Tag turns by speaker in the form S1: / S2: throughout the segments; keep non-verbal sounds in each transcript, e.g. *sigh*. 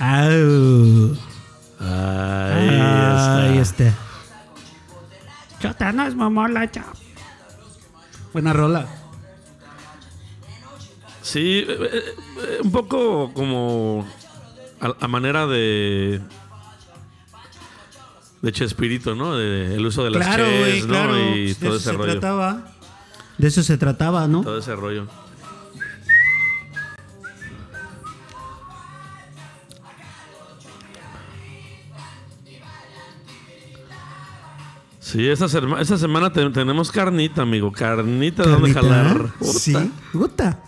S1: Au.
S2: Ahí
S1: Ahí
S2: está.
S1: está. Chota no es momola, chao. Buena rola.
S2: Sí, eh, eh, eh, un poco como a, a manera de de Chespirito, ¿no? De- el uso de las
S1: Claro, güey,
S2: ches, ¿no?
S1: claro.
S2: Y
S1: De
S2: todo
S1: eso
S2: ese
S1: se
S2: rollo.
S1: trataba. De eso se trataba, ¿no?
S2: Todo ese rollo. Sí, esta, serma- esta semana te- tenemos carnita, amigo. Carnita, de dónde
S1: Carnita,
S2: jalar.
S1: ¿eh?
S2: Puta.
S1: Sí, puta.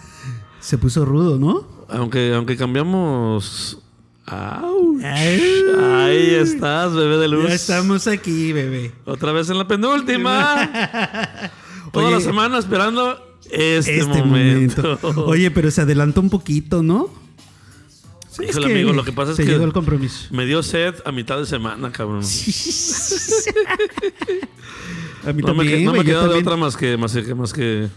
S1: Se puso rudo, ¿no?
S2: Aunque, aunque cambiamos. ¡Auch!
S1: Ay.
S2: Ahí estás, bebé de luz.
S1: Ya estamos aquí, bebé.
S2: Otra vez en la
S1: *laughs*
S2: penúltima. Toda
S1: Oye,
S2: la semana esperando este,
S1: este
S2: momento.
S1: momento. Oye, pero se adelantó un poquito, ¿no? Sí, es
S2: Híjole, amigo, lo que pasa es
S1: se
S2: que-
S1: llegó el compromiso.
S2: Me dio sed a mitad de semana, cabrón.
S1: A mí
S2: no me, que-
S1: también,
S2: no me
S1: güey, yo
S2: queda de
S1: también.
S2: otra más que, más, que, más que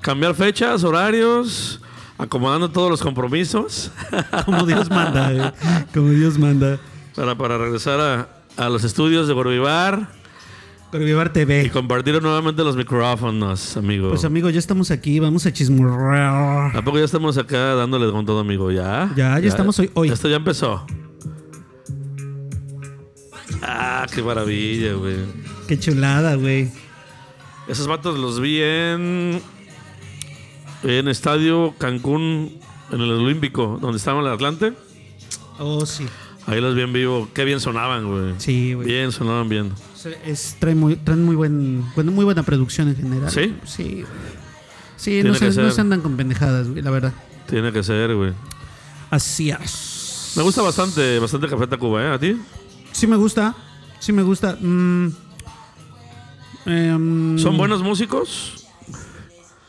S2: cambiar fechas, horarios, acomodando todos los compromisos
S1: *laughs* Como Dios
S2: *laughs*
S1: manda, güey. Como Dios manda.
S2: para, para regresar a, a los estudios de Borbivar
S1: Pero Vivar
S2: y
S1: TV.
S2: compartir nuevamente los micrófonos, amigo.
S1: Pues amigo, ya estamos aquí, vamos a chismorrear.
S2: ¿A poco ya estamos acá dándole con todo, amigo? ¿Ya?
S1: Ya, ya estamos hoy- hoy.
S2: Esto ya empezó. Ah, qué maravilla, güey.
S1: Qué chulada, güey.
S2: Esos vatos los vi en. En Estadio Cancún, en el Olímpico, donde estaba el Atlante.
S1: Oh, sí.
S2: Ahí los vi en vivo. Qué bien sonaban, güey.
S1: Sí, güey.
S2: Bien, sonaban bien.
S1: Se- Es, traen muy, traen muy, buen, bueno, muy buena producción en general.
S2: ¿Sí?
S1: Sí, güey. Sí,
S2: Tiene
S1: no
S2: que
S1: se, no
S2: ser.
S1: se andan con pendejadas, güey, la verdad.
S2: Tiene que ser, güey.
S1: Así es.
S2: Me gusta bastante, bastante Café Tacuba, ¿eh? ¿A ti?
S1: Sí me gusta, sí me gusta. Mm. Em,
S2: ¿Son buenos músicos?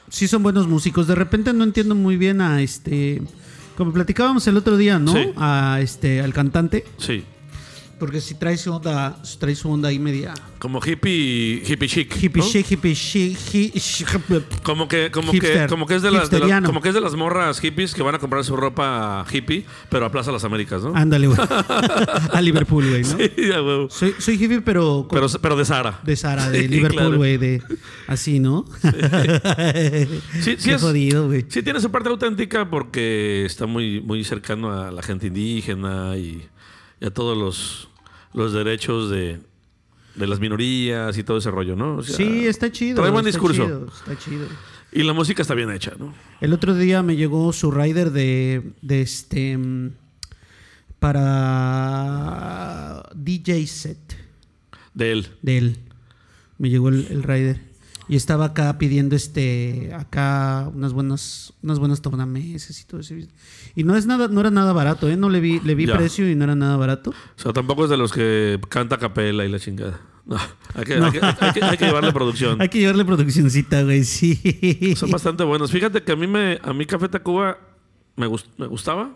S1: Sí son buenos músicos. De repente no entiendo muy bien a este... Como platicábamos el otro día, ¿no?
S2: Sí.
S1: A este, al cantante.
S2: Sí.
S1: Porque si trae su onda, si trae su onda ahí media.
S2: Como hippie, hippie chic.
S1: Hippie
S2: ¿no?
S1: shake, hippie shake, hi- *laughs* shake.
S2: Como que, como que,
S1: Hipster.
S2: como que es de las, de las-
S1: Hipsteriano.
S2: como que es de las morras hippies que van a comprar su ropa hippie, pero a Plaza Las Américas, ¿no?
S1: Ándale,
S2: *laughs*
S1: güey. a Liverpool, güey, ¿no?
S2: Sí, a huevo.
S1: Soy, soy hippie, pero, con-
S2: Pero, pero de Sara.
S1: de Sara, de
S2: Sí,
S1: Liverpool,
S2: claro.
S1: güey, de así, ¿no?
S2: Sí,
S1: *laughs*
S2: sí
S1: Qué
S2: es-
S1: jodido, güey.
S2: sí tiene su parte auténtica porque está muy, muy cercano a la gente indígena y, y a todos los, los derechos de, de las minorías y todo ese rollo, ¿no? O sea,
S1: Sí, está chido.
S2: Trae buen
S1: está
S2: discurso.
S1: chido, está chido.
S2: Y la música está bien hecha, ¿no?
S1: El otro día me llegó su rider de, de este mm, para DJ set
S2: De él.
S1: de él. Me llegó el, el rider y estaba acá pidiendo este acá unas buenas unas buenas tornameses y todo eso. Y no es nada no era nada barato, eh, no le vi le vi
S2: Ya.
S1: precio y no era nada barato.
S2: O sea, tampoco es de los que canta a capela y la chingada. No, hay que,
S1: No.
S2: hay que- hay que- hay que
S1: *laughs*
S2: llevarle producción.
S1: Hay que llevarle produccioncita, güey, sí.
S2: Son bastante buenos. Fíjate que a mí me, a mí Café Tacuba me, gust- me gustaba.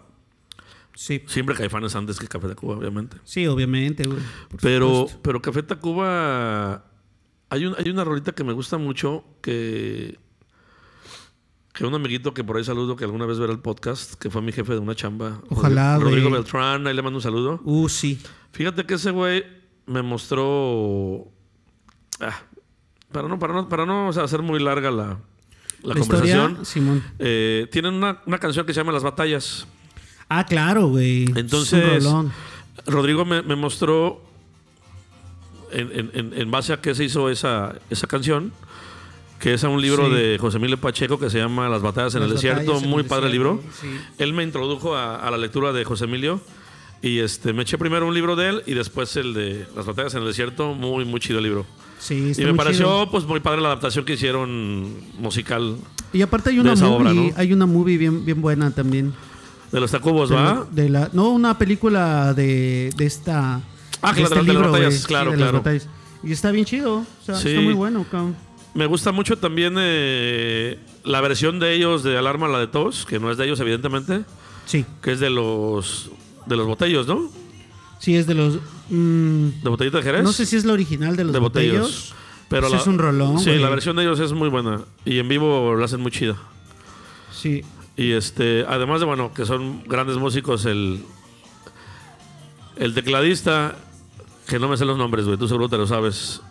S1: Sí.
S2: Siempre Caifanes antes que Café Tacuba, obviamente.
S1: Sí, obviamente, güey. por
S2: Pero,
S1: supuesto.
S2: pero Café Tacuba hay un, hay una rolita que me gusta mucho que que un amiguito que por ahí saludo que alguna vez verá el podcast, que fue mi jefe de una chamba.
S1: Ojalá,
S2: Rodrigo,
S1: güey.
S2: Rodrigo Beltrán, ahí le mando un saludo.
S1: Uh, sí.
S2: Fíjate que ese güey me mostró. Ah, para no, para no, para no o sea, hacer muy larga la, la
S1: La
S2: conversación.
S1: historia, Simón.
S2: eh, tienen una, una canción que se llama Las Batallas.
S1: Ah, claro, güey.
S2: Entonces,
S1: Es un rolón.
S2: Rodrigo me, me mostró en, en- en- en base a qué se hizo esa, esa canción, que es a un libro
S1: Sí.
S2: de José Emilio Pacheco que se llama Las Batallas en
S1: Las
S2: el Desierto.
S1: batallas en
S2: Muy
S1: el
S2: padre
S1: desierto,
S2: libro.
S1: sí.
S2: Él me introdujo a, a la lectura de José Emilio y este, me eché primero un libro de él y después el de Las Batallas en el Desierto. Muy, muy chido el libro.
S1: Sí, está
S2: y me
S1: muy
S2: pareció
S1: chido.
S2: pues muy padre la adaptación que hicieron musical
S1: Y aparte hay
S2: de
S1: una
S2: esa
S1: movie,
S2: obra, ¿no?
S1: hay una movie bien, bien buena también.
S2: de los Tacubos,
S1: De
S2: Pues ¿va?
S1: la- de la- no, una película de, de esta. este
S2: Ah, claro, de las batallas,
S1: güey. Sí,
S2: claro,
S1: de las
S2: claro.
S1: batallas. Y está bien chido, o sea,
S2: Sí.
S1: está muy bueno, cabrón.
S2: Me gusta mucho también eh, la versión de ellos de Alarma la de Todos, que no es de ellos evidentemente,
S1: Sí,
S2: que es de los de los botellos, ¿no?
S1: sí, es de los. mm,
S2: De botellita de Jerez.
S1: no sé si es la original de los
S2: de botellos.
S1: botellos.
S2: Pero
S1: Ese es un rolón,
S2: Sí,
S1: güey.
S2: la versión de ellos es muy buena y en vivo la hacen muy chida.
S1: Sí,
S2: Y este, además de bueno, que son grandes músicos el El tecladista, que no me sé los nombres, güey, tú seguro te lo sabes.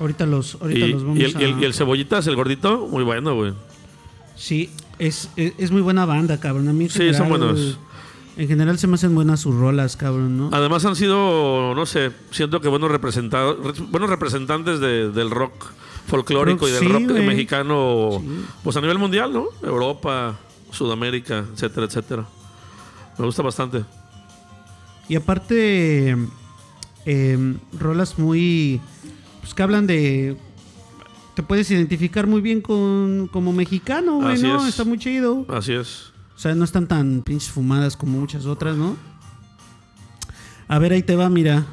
S1: Ahorita los,
S2: Y,
S1: ahorita los vamos
S2: y el, y el-
S1: a-
S2: y el cebollitas, el gordito, muy bueno, güey.
S1: Sí, es, es, es muy buena banda, cabrón. A mí en
S2: Sí,
S1: general,
S2: son buenos.
S1: eh, En general se me hacen buenas sus rolas, cabrón, ¿no?
S2: Además han sido, no sé, siento que buenos representados, re- buenos representantes de- del rock folclórico
S1: Rock,
S2: y del
S1: sí,
S2: rock
S1: güey.
S2: mexicano, pues a nivel mundial, ¿no? Europa, Sudamérica, etcétera, etcétera. Me gusta bastante.
S1: Y aparte, eh, rolas muy. Pues que hablan de. Te puedes identificar muy bien con como mexicano, güey,
S2: Así
S1: ¿no?
S2: es.
S1: Está muy chido. O
S2: Así es.
S1: sea, no están tan pinches fumadas como muchas otras, ¿no? A ver, ahí te va, mira.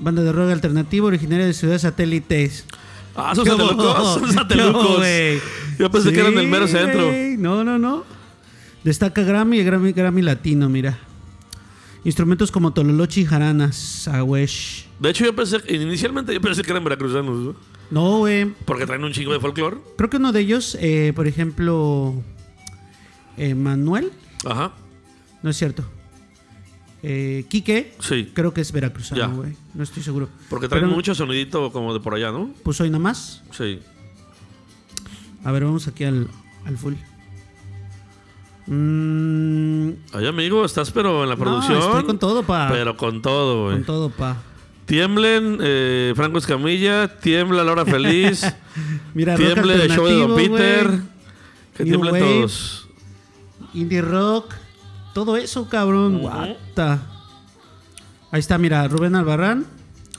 S1: Banda de rock alternativo originaria de Ciudad Satélites.
S2: Ah, son
S1: ¿Qué hubo?
S2: satelucos, son
S1: *laughs* ¿Qué hubo,
S2: satelucos.
S1: güey?
S2: Yo pensé que eran del mero
S1: Sí,
S2: centro.
S1: güey. No, no, no. Destaca Grammy y Grammy, Grammy Latino, mira. Instrumentos como Tololochi y Jaranas, Awesh.
S2: De hecho, yo pensé, inicialmente yo pensé que eran veracruzanos, ¿no?
S1: No, güey.
S2: porque traen un chingo de folclore.
S1: Creo que uno de ellos, eh, por ejemplo, eh, Manuel,
S2: Ajá,
S1: no es cierto. Eh, Quique,
S2: sí.
S1: creo que es
S2: Ya.
S1: veracruzano, güey. No estoy seguro.
S2: Porque traen
S1: Pero-
S2: mucho sonidito como de por allá, ¿no?
S1: Pues hoy nada más.
S2: Sí.
S1: A ver, vamos aquí al, al full. Mmm.
S2: Ay, amigo, estás pero en la
S1: No,
S2: producción.
S1: estoy con todo, pa.
S2: Pero con todo, güey.
S1: Con todo, pa.
S2: Tiemblen, eh, Franco Escamilla, tiembla
S1: *laughs*
S2: Laura Feliz,
S1: Mira, rock
S2: tiemble el show de Don
S1: alternativo,
S2: Peter,
S1: güey,
S2: que
S1: New
S2: tiemblen
S1: wave.
S2: todos.
S1: Indie rock. Todo eso, cabrón. Guata. Ahí está, mira, Rubén Albarrán,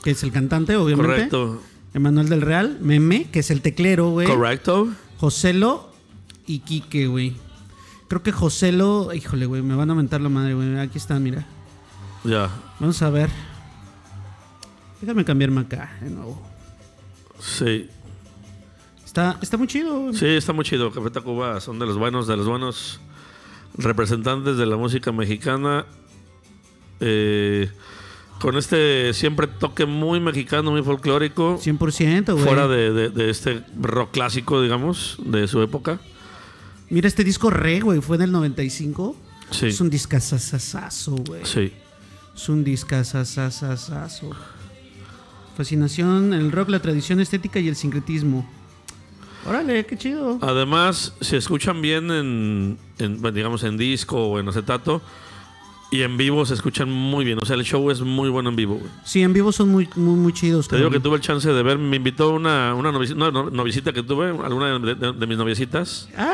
S1: que es el cantante, obviamente.
S2: Correcto,
S1: Emanuel del Real, Meme, que es el teclero, güey.
S2: correcto.
S1: Joselo y Quique, güey. Creo que Joselo, híjole, güey, me van a mentar la madre, güey. Aquí están, mira.
S2: Ya.
S1: Vamos a ver. Déjame cambiarme acá de nuevo.
S2: Sí.
S1: Está, está muy chido, güey.
S2: Sí, está muy chido. Café Tacuba son de los buenos, de los buenos representantes de la música mexicana. Eh, con este siempre toque muy mexicano, muy folclórico.
S1: 100%, güey.
S2: fuera de, de- de este rock clásico, digamos, de su época.
S1: Mira este disco re, güey, fue en el 95.
S2: Sí.
S1: Es un discazazazazo, güey.
S2: Sí.
S1: Es un discazazazazazo. Fascinación, el rock, la tradición estética y el sincretismo. Órale, qué chido.
S2: Además, si escuchan bien en, en, bueno, digamos, en disco o en acetato, y en vivo se escuchan muy bien. O sea, el show es muy bueno en vivo. güey.
S1: Sí, en vivo son muy, muy, muy chidos.
S2: Te digo que
S1: cabrón.
S2: tuve el chance de ver, me invitó una, una novici- una no- novicita que tuve, alguna de, de- de mis noviecitas.
S1: ¡Ah!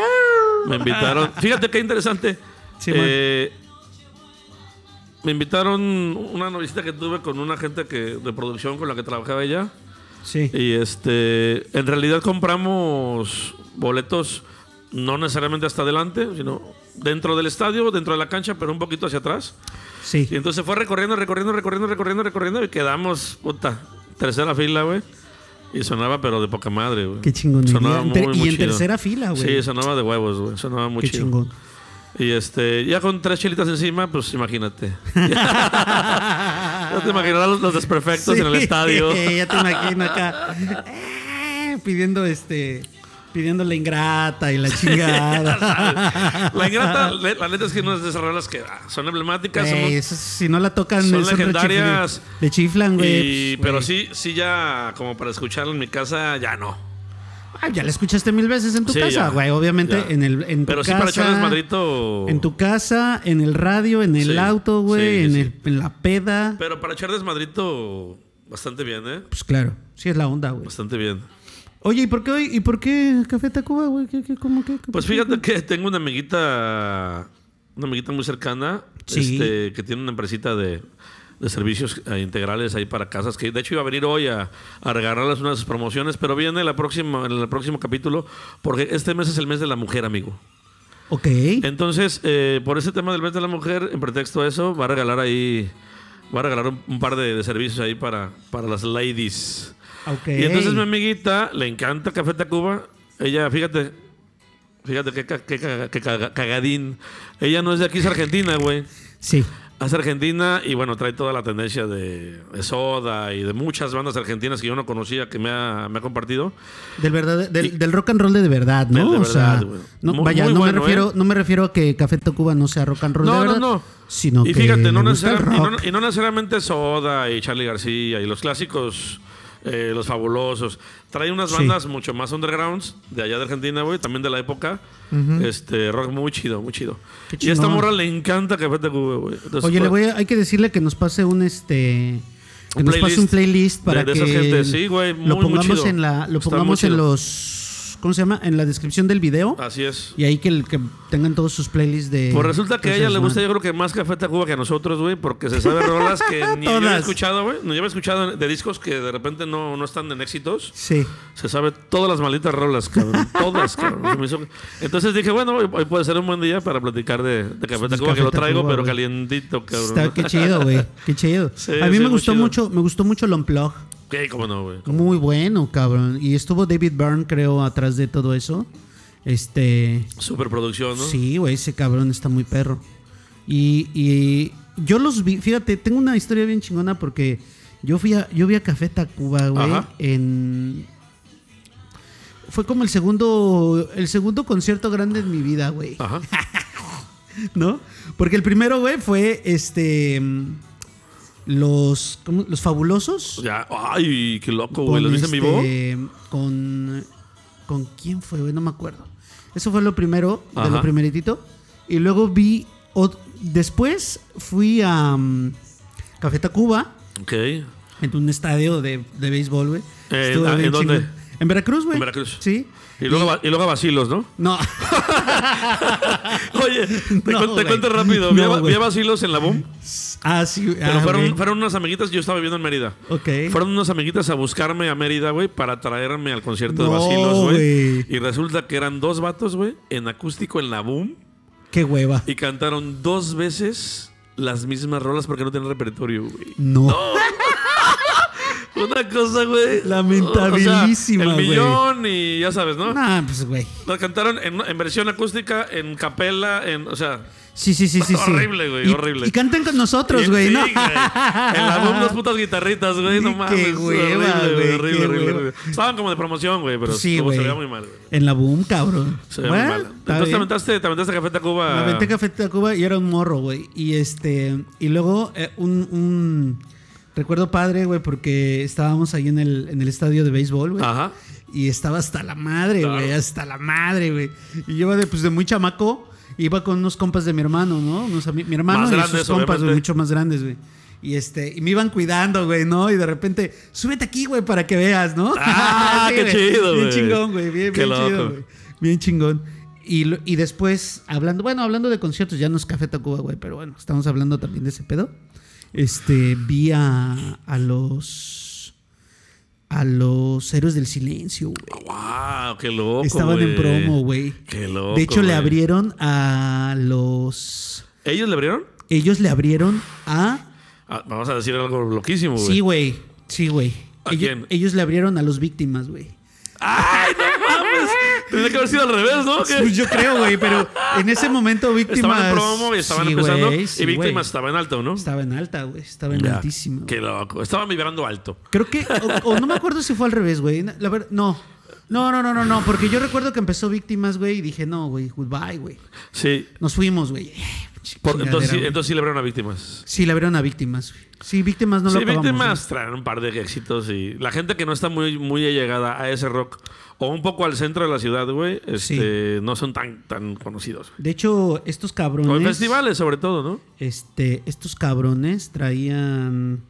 S2: Me invitaron. Fíjate qué interesante.
S1: Sí,
S2: Eh, me invitaron una novicita que tuve con una gente que, de producción con la que trabajaba ella.
S1: Sí.
S2: Y este, en realidad compramos boletos no necesariamente hasta adelante, sino dentro del estadio, dentro de la cancha, pero un poquito hacia atrás.
S1: Sí.
S2: Y entonces fue recorriendo, recorriendo, recorriendo, recorriendo, recorriendo y quedamos, puta, tercera fila, güey. Y sonaba, pero de poca madre, güey.
S1: Qué chingonería.
S2: Sonaba
S1: En ter-
S2: muy,
S1: y
S2: muy
S1: en
S2: chido.
S1: tercera fila, güey.
S2: Sí, sonaba de huevos, güey. Sonaba muy
S1: qué
S2: chido. *laughs*
S1: chingón.
S2: Y este, ya con tres chelitas encima,
S1: *laughs*
S2: pues imagínate. ya te imaginarás los, los desperfectos en el
S1: Sí,
S2: estadio.
S1: *laughs* ya te imagino acá. eh, pidiendo este. Pidiendo la ingrata
S2: *laughs*
S1: y la chingada.
S2: La ingrata, le- la neta es que no es de esas rolas que ah, son emblemáticas.
S1: Güey,
S2: somos-
S1: esas, Pues, si no la tocan,
S2: son
S1: es otro
S2: legendarias.
S1: chifle- Le chiflan, güey.
S2: y-
S1: pues,
S2: pero
S1: güey.
S2: sí, sí ya como para escucharla en mi casa, ya no.
S1: Ah, ya la escuchaste mil veces en tu
S2: Sí,
S1: casa,
S2: ya.
S1: güey. Obviamente,
S2: Ya.
S1: en, el, en tu
S2: Pero sí
S1: casa.
S2: para echarles madrito.
S1: En tu casa, en el radio, en el
S2: Sí,
S1: auto, güey.
S2: sí,
S1: en,
S2: sí.
S1: el- en la peda.
S2: Pero para echar desmadrito, bastante bien, ¿eh?
S1: pues claro, sí es la onda, güey.
S2: Bastante bien.
S1: Oye, ¿y por qué hoy? ¿Y por qué Café Tacuba, güey? ¿Qué, qué, cómo, qué, qué-
S2: Pues fíjate que tengo una amiguita, una amiguita muy cercana,
S1: Sí.
S2: este, que tiene una empresita de, de servicios eh, integrales ahí para casas, que de hecho iba a venir hoy a, a regalarles unas promociones, pero viene la próxima, en el próximo capítulo, porque este mes es el mes de la mujer, amigo.
S1: Ok.
S2: Entonces, eh, por ese tema del mes de la mujer, en pretexto a eso, va a regalar ahí, va a regalar un, un par de, de servicios ahí para, para las ladies.
S1: ok.
S2: Y entonces mi amiguita le encanta Café Tacuba. Ella, fíjate, fíjate qué, ca- qué caga- qué caga- cagadín. Ella no es de aquí, es argentina, güey.
S1: Sí.
S2: Es argentina y bueno, trae toda la tendencia de, de Soda y de muchas bandas argentinas que yo no conocía que me ha, me ha compartido.
S1: Del, verdad, del, del rock and roll de, de verdad, ¿no?
S2: Del de
S1: o sea,
S2: verdad, güey.
S1: no,
S2: Muy-
S1: vaya,
S2: muy
S1: no,
S2: bueno,
S1: me refiero,
S2: ¿eh?
S1: no me refiero a que Café Tacuba no sea rock and roll
S2: No,
S1: de
S2: no,
S1: verdad.
S2: no.
S1: Sino
S2: Y
S1: que
S2: fíjate, no,
S1: le gusta el
S2: necesariamente, y,
S1: rock.
S2: no, y no necesariamente Soda y Charlie García y los clásicos, eh, los fabulosos. Trae unas
S1: Sí.
S2: bandas mucho más undergrounds de allá de Argentina, güey, también de la época. Este rock muy chido, muy chido.
S1: Qué
S2: Y a esta
S1: chingón.
S2: morra le encanta Café Tacuba, güey. Entonces,
S1: Oye, le
S2: pues,
S1: voy a- hay que decirle que nos pase un este que
S2: Un
S1: nos pase un playlist
S2: playlist
S1: para
S2: de- de
S1: que
S2: esas gente. Sí, güey, muy,
S1: lo
S2: muy
S1: pongamos
S2: chido.
S1: en la lo
S2: Está
S1: pongamos
S2: muy
S1: en
S2: chido.
S1: los ¿cómo se llama? en la descripción del video
S2: Así es.
S1: y ahí que, el- que tengan todos sus playlists de
S2: Pues resulta que a ella
S1: cosas
S2: le gusta,
S1: más.
S2: yo creo que más Café Tacuba que a nosotros, güey, porque se sabe rolas
S1: *laughs*
S2: que ni yo
S1: Todas.
S2: había escuchado, güey. Ni yo había escuchado de discos que de repente no, no están en éxitos.
S1: Sí.
S2: Se sabe todas las malditas rolas,
S1: *laughs*
S2: cabrón. Todas, cabrón. Se me hizo- Entonces dije, bueno, hoy, hoy puede ser un buen día para platicar de, de Café
S1: De
S2: Tacuba, que
S1: Café
S2: lo traigo,
S1: Tacuba,
S2: pero
S1: güey.
S2: calientito, cabrón.
S1: Está qué chido, güey, qué chido.
S2: *laughs* Sí,
S1: a mí
S2: sí,
S1: me
S2: muy
S1: gustó
S2: chido.
S1: mucho, me gustó mucho el unplug.
S2: Ok, cómo no, güey.
S1: Muy bueno, cabrón. Y estuvo David Byrne, creo, atrás de todo eso. Este,
S2: Superproducción, ¿no?
S1: Sí, güey, ese cabrón está muy perro. Y, y yo los vi, fíjate, tengo una historia bien chingona porque yo fui a, yo vi a Café Tacuba, güey,
S2: Ajá.
S1: en fue como el segundo el segundo concierto grande en mi vida, güey. *laughs*
S2: Ajá.
S1: ¿No? Porque el primero, güey, fue este mm, los ¿cómo? los fabulosos
S2: Ya. Ay, qué loco, güey. ¿Lo dice en vivo?
S1: este, Con. ¿Con quién fue, güey? No me acuerdo. Eso fue lo primero, de lo
S2: Ajá.
S1: primeritito. Y luego vi. ot- Después fui a mm, Café Tacuba,
S2: Ok.
S1: este
S2: En
S1: en un estadio de, de béisbol, güey.
S2: Eh,
S1: Estuvo
S2: ¿en
S1: bien
S2: dónde?
S1: chingón. En Veracruz, güey.
S2: Veracruz.
S1: Sí.
S2: Y luego, va- y luego a
S1: *laughs*
S2: Basilos, ¿no?
S1: No.
S2: Oye, te,
S1: No,
S2: cuen- te
S1: güey.
S2: cuento rápido. Vi,
S1: No,
S2: a, vi
S1: güey.
S2: a Basilos en la boom.
S1: ah, sí. güey.
S2: Pero
S1: Ah,
S2: fueron,
S1: ok.
S2: fueron unas amiguitas, yo estaba viviendo en Mérida.
S1: Ok.
S2: Fueron unas amiguitas a buscarme a Mérida, güey, para traerme al
S1: No,
S2: concierto de Basilos,
S1: güey.
S2: güey. Y resulta que eran dos vatos, güey, en acústico en la boom.
S1: Qué hueva.
S2: Y cantaron dos veces las mismas rolas porque no tenían repertorio, güey.
S1: No.
S2: Una cosa, güey.
S1: Lamentabilísima,
S2: O sea,
S1: güey.
S2: el millón y ya sabes, ¿no?
S1: Nah, pues, güey.
S2: Lo cantaron en, en versión acústica, en capela, en. O sea.
S1: Sí, sí, sí, sí. sí.
S2: Horrible, güey,
S1: Y-
S2: horrible.
S1: Y cantan con nosotros,
S2: bien,
S1: güey.
S2: sí,
S1: no.
S2: En la
S1: *laughs*
S2: boom, dos putas guitarritas, güey. No
S1: Qué
S2: mames.
S1: hueva,
S2: horrible,
S1: güey,
S2: Horrible,
S1: qué
S2: horrible,
S1: hueva.
S2: horrible. Estaban como de promoción, güey, pero
S1: Pues sí,
S2: como
S1: güey.
S2: se veía muy mal, güey.
S1: En la boom, cabrón.
S2: Se veía
S1: Bueno,
S2: muy mal.
S1: está
S2: Entonces te
S1: bien.
S2: aventaste, te aventaste Café Tacuba.
S1: Me aventé Café Tacuba y era un morro, güey. Y este. Y luego eh, un, un- Recuerdo padre, güey, porque estábamos ahí en el, en el estadio de béisbol, güey.
S2: Ajá.
S1: Y estaba hasta la madre,
S2: Ah. Claro.
S1: güey. Hasta la madre, güey. Y yo, de, pues, de muy chamaco, iba con unos compas de mi hermano, ¿no? Unos ami- mi hermano
S2: Más
S1: y
S2: grandes,
S1: sus compas, güey,
S2: obviamente.
S1: mucho más grandes, güey. Y este, y me iban cuidando, güey, ¿no? Y de repente, súbete aquí, güey, para que veas, ¿no?
S2: Ah, qué chido,
S1: Bien
S2: güey.
S1: chingón, güey. Bien,
S2: Qué
S1: bien chido,
S2: loco.
S1: güey. Bien chingón. Y, lo- y después, hablando, bueno, hablando de conciertos, ya no es Café Tacuba, güey, pero bueno, estamos hablando también de ese pedo. Este, vi a, a los. A los héroes del silencio, güey.
S2: ¡Wow! ¡Qué loco!
S1: Estaban en
S2: güey.
S1: promo, güey.
S2: Qué loco.
S1: De hecho, le
S2: güey.
S1: abrieron a los.
S2: ¿Ellos le abrieron?
S1: Ellos le abrieron a.
S2: Ah, vamos a decir algo loquísimo, güey.
S1: Sí, güey. Sí, güey.
S2: ¿A
S1: Ellos,
S2: quién?
S1: ellos le abrieron a los víctimas, güey.
S2: ¡Ay, *laughs* no mames! Tendría que haber sido al revés, ¿no? ¿Qué?
S1: Pues yo creo, güey, pero en ese momento víctimas.
S2: Estaban en promo y estaban
S1: Sí,
S2: empezando.
S1: güey,
S2: y
S1: sí,
S2: víctimas
S1: güey.
S2: estaba en alto, ¿no?
S1: Estaba en alta, güey. Estaba en
S2: Ya.
S1: altísima. güey.
S2: Qué loco. Estaban vibrando alto.
S1: Creo que. O, o no me acuerdo si fue al revés, güey. La verdad, no. No, no, no, no, no. Porque yo recuerdo que empezó víctimas, güey, y dije, no, güey, goodbye, güey.
S2: Sí.
S1: Nos fuimos, güey. Eh,
S2: Por-
S1: Chingadera,
S2: entonces, sí
S1: güey.
S2: entonces sí le abrieron a víctimas.
S1: Sí, le abrieron a víctimas. güey. Sí, víctimas no lo
S2: sí,
S1: acabamos. ¿eh?
S2: víctimas traen un par de éxitos y la gente que no está muy, muy allegada a ese rock o un poco al centro de la ciudad, güey, este, no son tan, tan conocidos.
S1: güey. De hecho, estos
S2: O
S1: cabrones.
S2: en festivales, sobre todo, ¿no?
S1: Este, estos cabrones traían.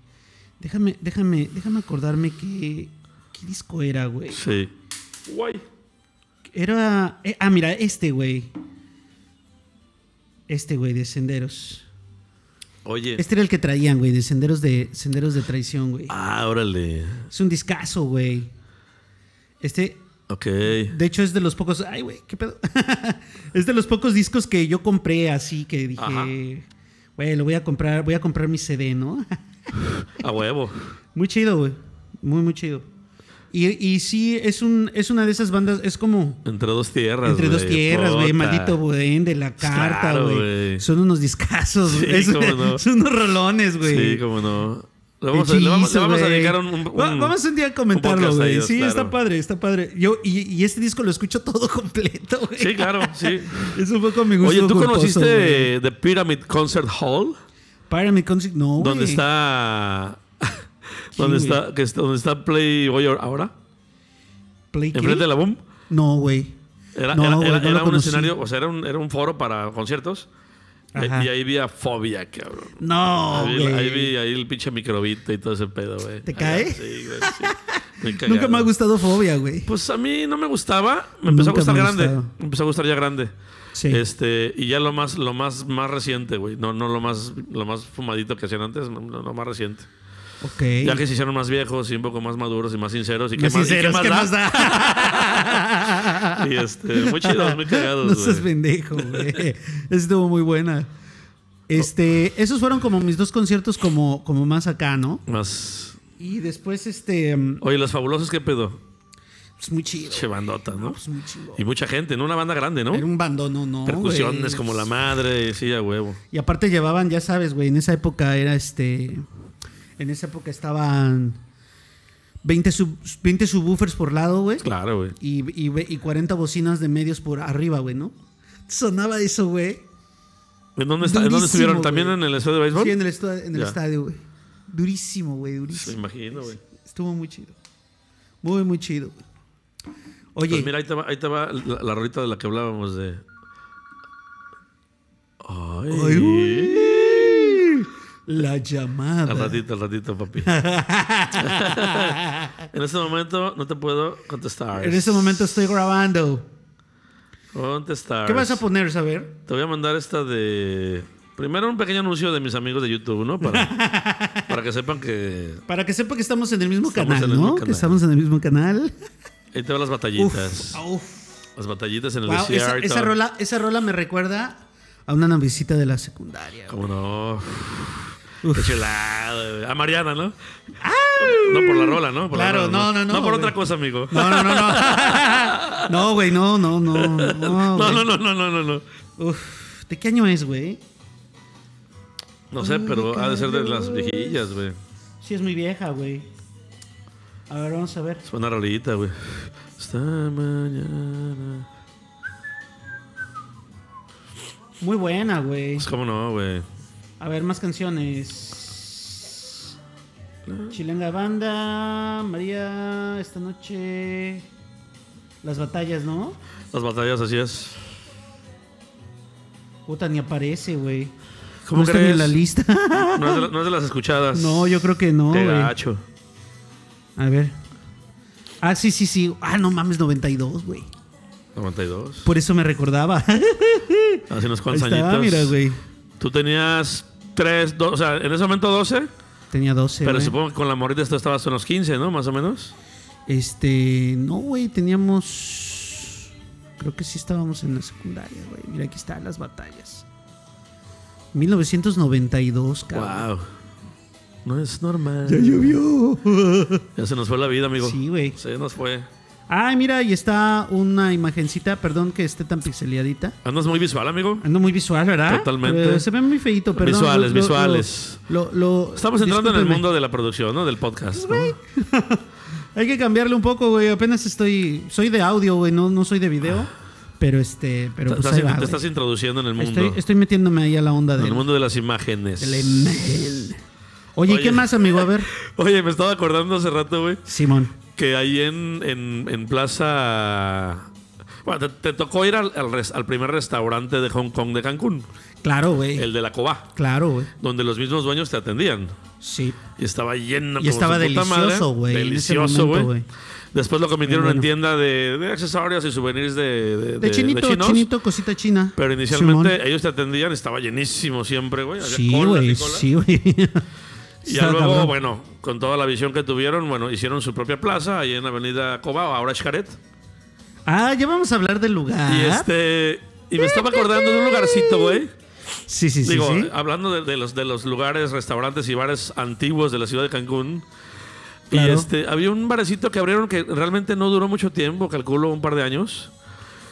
S1: Déjame, déjame, déjame acordarme qué, qué disco era, güey.
S2: Sí. Guay.
S1: Era. eh, ah, mira, este, güey. Este, güey, de Senderos.
S2: Oye.
S1: Este era el que traían, güey, de Senderos de, senderos de Traición, güey.
S2: Ah, órale.
S1: Es un discazo, güey. Este,
S2: Ok.
S1: De hecho, es de los pocos. Ay, güey, qué pedo. *laughs* es de los pocos discos que yo compré así que
S2: Ajá.
S1: dije. Güey, lo voy a comprar, voy a comprar mi CD, ¿no? *laughs*
S2: A huevo.
S1: muy chido, güey. Muy, muy chido. Y, y sí, es un, es una de esas bandas, es como
S2: Entre dos tierras.
S1: entre dos
S2: güey.
S1: tierras, güey.
S2: Puta.
S1: Maldito Budén de la carta,
S2: Claro,
S1: güey. *laughs*
S2: güey.
S1: Son unos discazos,
S2: Sí,
S1: güey. Es-
S2: cómo no.
S1: Son unos rolones, güey.
S2: Sí, cómo no. Le vamos, a, le vamos- le vamos a dedicar un, un-
S1: Va-
S2: un-
S1: vamos un día a comentarlo,
S2: podcast a
S1: güey.
S2: ellos,
S1: sí,
S2: claro.
S1: está padre, está padre. Yo, y, y este disco lo escucho todo *laughs* completo, güey.
S2: Sí, claro,
S1: *laughs*
S2: sí.
S1: Es un poco mi gusto.
S2: Oye, ¿tú
S1: culposo, güey.
S2: conociste The Pyramid Concert Hall?
S1: Pyramid Concert? No,
S2: Donde
S1: güey.
S2: está. *laughs* donde,
S1: Sí, güey.
S2: está que está- donde está Playboy ahora?
S1: ¿Play qué?
S2: Enfrente de la Boom.
S1: No, güey.
S2: Era,
S1: No,
S2: era-
S1: güey,
S2: era-
S1: no lo
S2: era un
S1: conocí.
S2: escenario, o sea, era un, era un foro para conciertos. Eh,
S1: Ajá.
S2: Y ahí vi a Fobia, cabrón.
S1: No,
S2: ahí, vi,
S1: güey.
S2: ahí vi ahí el pinche microbita y todo ese pedo, güey.
S1: ¿Te
S2: Allá,
S1: cae?
S2: Sí, güey.
S1: *laughs*
S2: sí. Muy
S1: Nunca
S2: cagado.
S1: me ha gustado Fobia, güey.
S2: Pues a mí no me gustaba. Me empezó
S1: Nunca
S2: a gustar
S1: me ha
S2: grande.
S1: gustado.
S2: Me empezó a gustar ya grande.
S1: Sí.
S2: Este, y ya lo más, lo más, más reciente, güey. No, no lo más, lo más fumadito que hacían antes, no, no, lo más reciente.
S1: ok.
S2: Ya que se hicieron más viejos y un poco más maduros y más sinceros. ¿Y qué
S1: Más
S2: más, y qué
S1: sinceros,
S2: más
S1: ¿qué
S2: da?
S1: más da?
S2: Y *laughs* este, muy
S1: *laughs*
S2: chidos, muy
S1: No
S2: cagados,
S1: seas
S2: güey.
S1: pendejo, güey.
S2: *laughs*
S1: Estuvo muy buena. Este, esos fueron como mis dos conciertos como, como más acá, ¿no?
S2: Más.
S1: Y después, este, mm,
S2: Oye, los fabulosos, ¿qué pedo?
S1: pues muy chido.
S2: Che bandota, ¿no?
S1: Pues muy chido.
S2: Y mucha gente, ¿no? Una banda grande, ¿no?
S1: Era un bandono, no.
S2: Percusiones
S1: güey.
S2: como la madre, sí, a huevo.
S1: Y aparte llevaban, ya sabes, güey, en esa época era este. En esa época estaban 20, sub- 20 subwoofers por lado, güey.
S2: Claro, güey.
S1: Y, y, ve- y 40 bocinas de medios por arriba, güey, ¿no? Sonaba eso, güey.
S2: ¿En dónde, está- en dónde
S1: Durísimo,
S2: estuvieron? ¿También
S1: güey.
S2: en el estadio de béisbol?
S1: Sí, en el, estu- en el
S2: Ya.
S1: estadio, güey. Durísimo, güey,
S2: Me
S1: durísimo.
S2: imagino, güey.
S1: Estuvo muy chido. Muy, muy chido. güey. Oye,
S2: Pues mira, ahí te va, ahí te va la, la rolita de la que hablábamos de. Ay.
S1: Ay, uy. la llamada.
S2: Al ratito, al ratito,
S1: *laughs*
S2: papi. en este momento no te puedo contestar.
S1: En este momento estoy grabando.
S2: Contestar.
S1: ¿Qué vas a poner, saber?
S2: Te voy a mandar esta de. Primero un pequeño anuncio de mis amigos de YouTube,
S1: *laughs*
S2: ¿no? Para, para que sepan que.
S1: Para que sepa que estamos en el mismo
S2: Estamos
S1: canal,
S2: en el
S1: ¿no?
S2: mismo
S1: Que
S2: canal.
S1: estamos en el mismo canal.
S2: Ahí te van las batallitas.
S1: Uf, uf.
S2: Las batallitas en el
S1: Wow, esa,
S2: desierto.
S1: esa rola, esa rola me recuerda a una noviecita de la secundaria. güey.
S2: ¿Cómo no? Qué chulada, güey. A Mariana, ¿no? No por la rola, ¿no? Por la
S1: Claro,
S2: rola,
S1: no, no, no,
S2: No por
S1: güey.
S2: otra cosa, amigo.
S1: No, no, no, no. *laughs* No, güey, no, no, no. No,
S2: *laughs* No,
S1: güey.
S2: no, no, no, no, no. No,
S1: Uf, ¿de qué año es, güey?
S2: No sé, pero ha de ser de las viejillas, güey.
S1: Sí, es muy vieja, güey. A ver, vamos a ver.
S2: Es una rolita, güey. Esta mañana.
S1: Muy buena, güey.
S2: Pues cómo no, güey.
S1: A ver, más canciones. Chilanga Banda, María, esta noche. Las batallas, ¿no?
S2: Las batallas así es.
S1: Puta, ni aparece, güey.
S2: ¿Cómo
S1: no está ni
S2: crees?
S1: en la lista. *laughs*
S2: No es, de, la- no es de las escuchadas.
S1: no, yo creo que no,
S2: Qué
S1: güey.
S2: gacho.
S1: A ver. Ah, sí, sí, sí. Ah, no mames, 92, güey.
S2: 92.
S1: Por eso me recordaba.
S2: Hace unos
S1: Pues, Ahí
S2: cuantos
S1: está,
S2: añitos.
S1: mira, güey.
S2: Tú tenías 3, 2, o sea, en ese momento 12.
S1: Tenía 12,
S2: pero
S1: güey.
S2: supongo que con la morrita esto estabas en los 15, ¿no? Más o menos.
S1: Este, no, güey, teníamos... Creo que sí estábamos en la secundaria, güey. Mira, aquí están las batallas. 1992, cabrón.
S2: Wow. No es normal.
S1: Ya llovió.
S2: Ya se nos fue la vida, amigo.
S1: Sí, güey.
S2: Se nos fue.
S1: Ay, mira, y está una imagencita. Perdón que esté tan pixeleadita.
S2: Andas muy visual, amigo.
S1: Ando muy visual, ¿verdad?
S2: Totalmente.
S1: Eh, se ve muy feito, perdón.
S2: Visuales, visuales.
S1: lo- lo-
S2: Estamos entrando en el
S1: discúlpenme.
S2: mundo de la producción, ¿no? Del podcast. ¿no?
S1: Hay que cambiarle un poco, güey. Apenas estoy... Soy de audio, güey. No, no soy de video.
S2: Ah.
S1: Pero este... Pero pues
S2: Estás-
S1: ahí va,
S2: te
S1: güey.
S2: estás introduciendo en el mundo.
S1: Estoy, estoy metiéndome ahí a la onda
S2: En
S1: del
S2: el mundo de las imágenes.
S1: del email. Oye, ¿y ¿qué
S2: Oye.
S1: más, amigo? A ver,
S2: Oye, me estaba acordando hace rato, güey,
S1: Simón.
S2: que ahí en, en- en Plaza. Bueno, te, te tocó ir al, al res- al primer restaurante de Hong Kong de Cancún,
S1: Claro, güey.
S2: el de la Cobá,
S1: Claro, güey.
S2: donde los mismos dueños te atendían.
S1: Sí.
S2: Y estaba lleno
S1: Y estaba
S2: su puta madre.
S1: delicioso, güey. en ese
S2: Delicioso,
S1: momento,
S2: güey. Después lo convirtieron
S1: Bueno.
S2: en tienda de, de accesorios y souvenirs de, de- de-
S1: De
S2: de
S1: chinito,
S2: chinos.
S1: chinito, cosita china.
S2: Pero inicialmente eh,
S1: Simón.
S2: ellos te atendían, estaba llenísimo siempre, güey. había
S1: Sí,
S2: colas y
S1: güey.
S2: colas.
S1: Sí, güey.
S2: Y
S1: *laughs*
S2: ya
S1: Estaba
S2: luego,
S1: cabrón.
S2: bueno, con toda la visión que tuvieron, bueno, hicieron su propia plaza ahí en la avenida Cobao, ahora Xcaret.
S1: Ah, ya vamos a hablar del lugar.
S2: Y este. Y me estaba acordando de un lugarcito, güey.
S1: Sí, sí, sí.
S2: Digo, ah,
S1: sí.
S2: hablando de, de los, de los lugares, restaurantes y bares antiguos de la ciudad de Cancún.
S1: Claro.
S2: Y este, había un barecito que abrieron que realmente no duró mucho tiempo, calculo un par de años.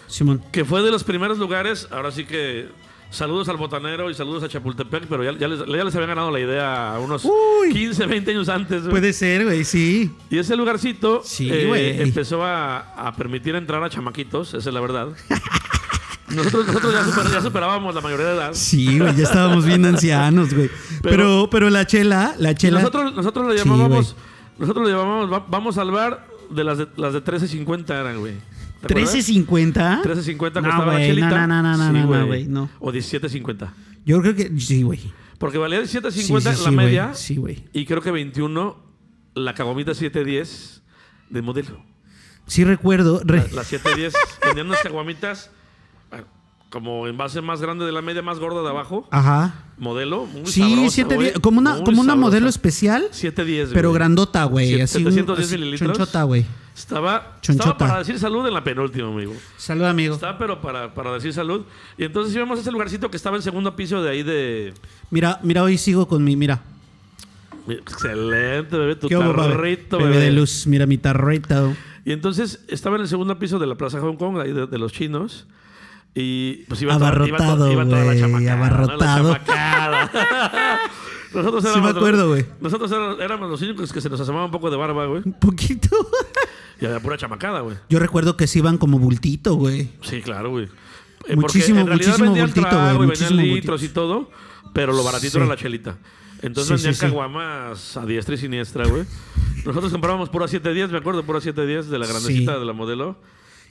S1: Simón.
S2: Que fue de los primeros lugares, ahora sí que Saludos al botanero y saludos a Chapultepec, pero ya, ya les, ya les habían ganado la idea unos
S1: Uy. Pues
S2: 15, 20 años antes. güey.
S1: Puede ser, güey, sí.
S2: Y ese lugarcito
S1: Sí,
S2: eh,
S1: güey.
S2: empezó a, a permitir entrar a chamaquitos, esa es la verdad. *laughs* Nosotros, nosotros ya, super- ya superábamos la mayoría de edad.
S1: Sí, güey, ya estábamos bien ancianos, güey. Pero,
S2: Pero-
S1: pero la chela, la
S2: Y
S1: chela.
S2: Nosotros, nosotros le
S1: Sí,
S2: llamábamos,
S1: güey.
S2: nosotros le llamábamos, va- vamos al bar de las de, las de 13.50 eran, güey. ¿Te acuerdas?
S1: 13.50.
S2: 13.50
S1: No,
S2: costaba la
S1: güey,
S2: chelita.
S1: No, no, no, no,
S2: Sí,
S1: no, no, güey, no.
S2: O 17.50.
S1: Yo creo que sí, güey. Sí,
S2: Porque valía
S1: sí,
S2: 17.50
S1: sí,
S2: la
S1: güey,
S2: media
S1: Sí, güey.
S2: y creo que 21 la cagomita 7.10 de modelo.
S1: Sí recuerdo. re-
S2: La- Las 7.10
S1: *laughs*
S2: vendían unas caguamitas ah, como envase más grande de la media, más gorda de abajo.
S1: Ajá.
S2: Modelo, muy
S1: Sí,
S2: sabrosa,
S1: siete
S2: güey.
S1: die- Como una,
S2: Muy
S1: como una
S2: sabrosa.
S1: modelo especial,
S2: 7.10,
S1: pero
S2: güey.
S1: grandota, güey.
S2: Siete-
S1: Así, un-
S2: 710
S1: así
S2: mililitros.
S1: chonchota, güey.
S2: Estaba,
S1: Chonchota.
S2: estaba para decir salud en la penúltima, amigo.
S1: Salud, amigo.
S2: Estaba, pero para, para decir salud. Y entonces íbamos a ese lugarcito que estaba en segundo piso de ahí de.
S1: Mira, mira, hoy sigo con mi, mira.
S2: Excelente, bebé, tu
S1: ¿Qué hubo, babe?
S2: tarrito,
S1: Bebé
S2: bebé.
S1: de luz, mira mi tarrito.
S2: Y entonces estaba en el segundo piso de la Plaza Hong Kong, ahí de, de los chinos. Y pues iba toda- iba to-
S1: Abarrotado,
S2: iba toda la
S1: güey,
S2: chamacada. ¿no? La
S1: abarrotado. *laughs*
S2: chamacada. nosotros
S1: Sí
S2: éramos
S1: me
S2: los-
S1: acuerdo, güey.
S2: Nosotros éramos, éramos los únicos que se nos asomaba un poco de barba, güey.
S1: Un poquito. *laughs*
S2: Y había pura chamacada, güey.
S1: Yo recuerdo que se iban como bultito, güey.
S2: Sí, claro, güey. Eh, porque
S1: Muchísimo,
S2: en realidad
S1: muchísimo
S2: vendían
S1: bultito,
S2: trago
S1: güey,
S2: y
S1: muchísimo
S2: vendían litros
S1: bultito.
S2: y todo, pero lo baratito
S1: Sí.
S2: era la chelita. Entonces
S1: Sí,
S2: vendían
S1: sí, sí.
S2: caguamas a diestra y siniestra, güey. Nosotros comprábamos pura 710, me acuerdo, pura 710 de la grandecita
S1: Sí.
S2: de la modelo.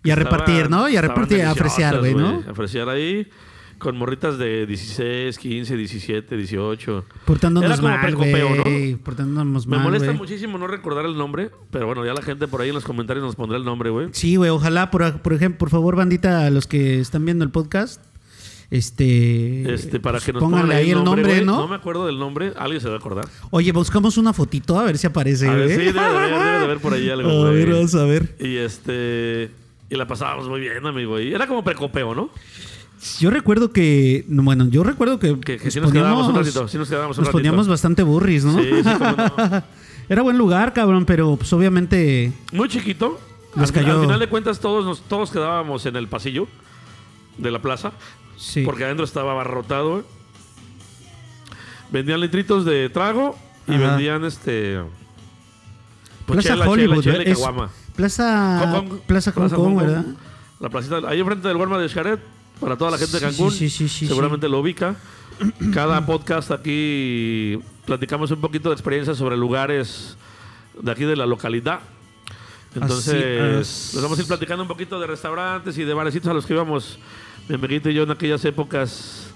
S1: Y a
S2: Estaban-
S1: repartir, ¿no? Y a
S2: estaban
S1: repartir, a
S2: deliciosas,
S1: apreciar, güey, ¿no?
S2: A apreciar ahí con morritas de 16, 15, 17, 18.
S1: Portándonos
S2: Era como
S1: mal,
S2: precopeo,
S1: güey. Portándonos
S2: Me
S1: mal,
S2: molesta
S1: Pues, güey.
S2: muchísimo no recordar el nombre, pero bueno, ya la gente por ahí en los comentarios nos pondrá el nombre, güey.
S1: Sí, güey, ojalá, por, por ejemplo, por favor, bandita, a los que están viendo el podcast, este...
S2: Este, para
S1: pues,
S2: que nos
S1: pónganle
S2: pongan
S1: ahí el nombre,
S2: güey.
S1: ¿no?
S2: No me acuerdo del nombre, alguien se va a acordar.
S1: Oye, buscamos una fotito a ver si aparece,
S2: A ver,
S1: güey.
S2: sí, debe de haber, debe de haber por ahí algo,
S1: *laughs* A ver,
S2: güey.
S1: vamos a ver.
S2: Y este. Y la pasábamos muy bien, amigo. Y era como precopeo, ¿no?
S1: Yo recuerdo que... no, Bueno, yo recuerdo que...
S2: Que, que sí nos quedábamos un ratito. Sí nos quedábamos un
S1: nos
S2: ratito.
S1: poníamos bastante burris, ¿no?
S2: Sí, sí, cómo no.
S1: *laughs* Era buen lugar, cabrón, pero pues obviamente...
S2: Muy chiquito.
S1: Nos
S2: al, fin-
S1: cayó.
S2: al final de cuentas, todos, nos, todos quedábamos en el pasillo de la plaza.
S1: Sí.
S2: Porque adentro estaba abarrotado, güey. Vendían litritos de trago y
S1: Ajá.
S2: vendían este. pues,
S1: Plaza
S2: chela, chela,
S1: Hollywood,
S2: chela y
S1: ¿verdad? Es
S2: caguama.
S1: Plaza...
S2: Hong Kong.
S1: Ah, Plaza Hong Kong, ¿verdad?
S2: La placita, ahí enfrente del Walmart de Xcaret, para toda la gente
S1: Sí,
S2: de Cancún,
S1: sí, sí, sí, sí,
S2: seguramente lo ubica. Cada podcast aquí platicamos un poquito de experiencias sobre lugares de aquí de la localidad. Entonces,
S1: es.
S2: nos vamos a ir platicando un poquito de restaurantes y de barecitos a los que íbamos, mi amiguito y yo, en aquellas épocas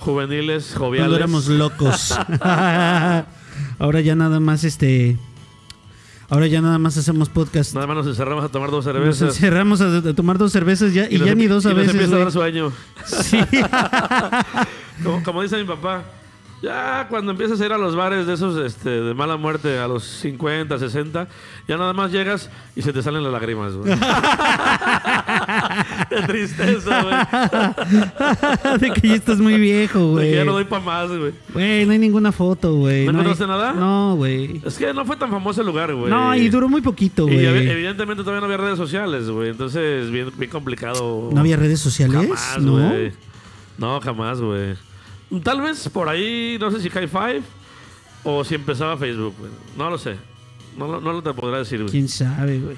S2: juveniles, joviales.
S1: Cuando éramos
S2: *laughs*
S1: locos. *laughs* ahora ya nada más este. Ahora ya nada más hacemos podcast.
S2: Nada más nos encerramos a tomar dos
S1: Nos
S2: cervezas.
S1: encerramos a, a tomar dos cervezas ya, y,
S2: nos
S1: ya
S2: empie-
S1: ni dos a
S2: y nos
S1: veces.
S2: empieza a
S1: güey.
S2: dar sueño.
S1: Sí. *laughs*
S2: Como, como dice mi papá, ya cuando empiezas a ir a los bares de esos este, de mala muerte a los 50, 60, ya nada más llegas y se te salen las
S1: *laughs*
S2: lágrimas, güey. de tristeza, güey.
S1: *laughs* de que ya estás muy viejo,
S2: De
S1: güey.
S2: que ya no doy para más, güey.
S1: Güey, no hay ninguna foto, güey.
S2: ¿No
S1: hay-
S2: encontraste nada?
S1: No, güey.
S2: Es que no fue tan famoso el lugar, güey.
S1: No, y duró muy poquito,
S2: Y evi-
S1: güey.
S2: evidentemente todavía no había redes sociales, güey. Entonces, bien, bien complicado.
S1: No había redes sociales,
S2: Jamás,
S1: ¿no?
S2: güey. No, jamás, güey. Tal vez por ahí, no sé si High Five o si empezaba Facebook, güey. No lo sé. No, lo- no lo te podrá decir, güey.
S1: ¿Quién sabe, güey?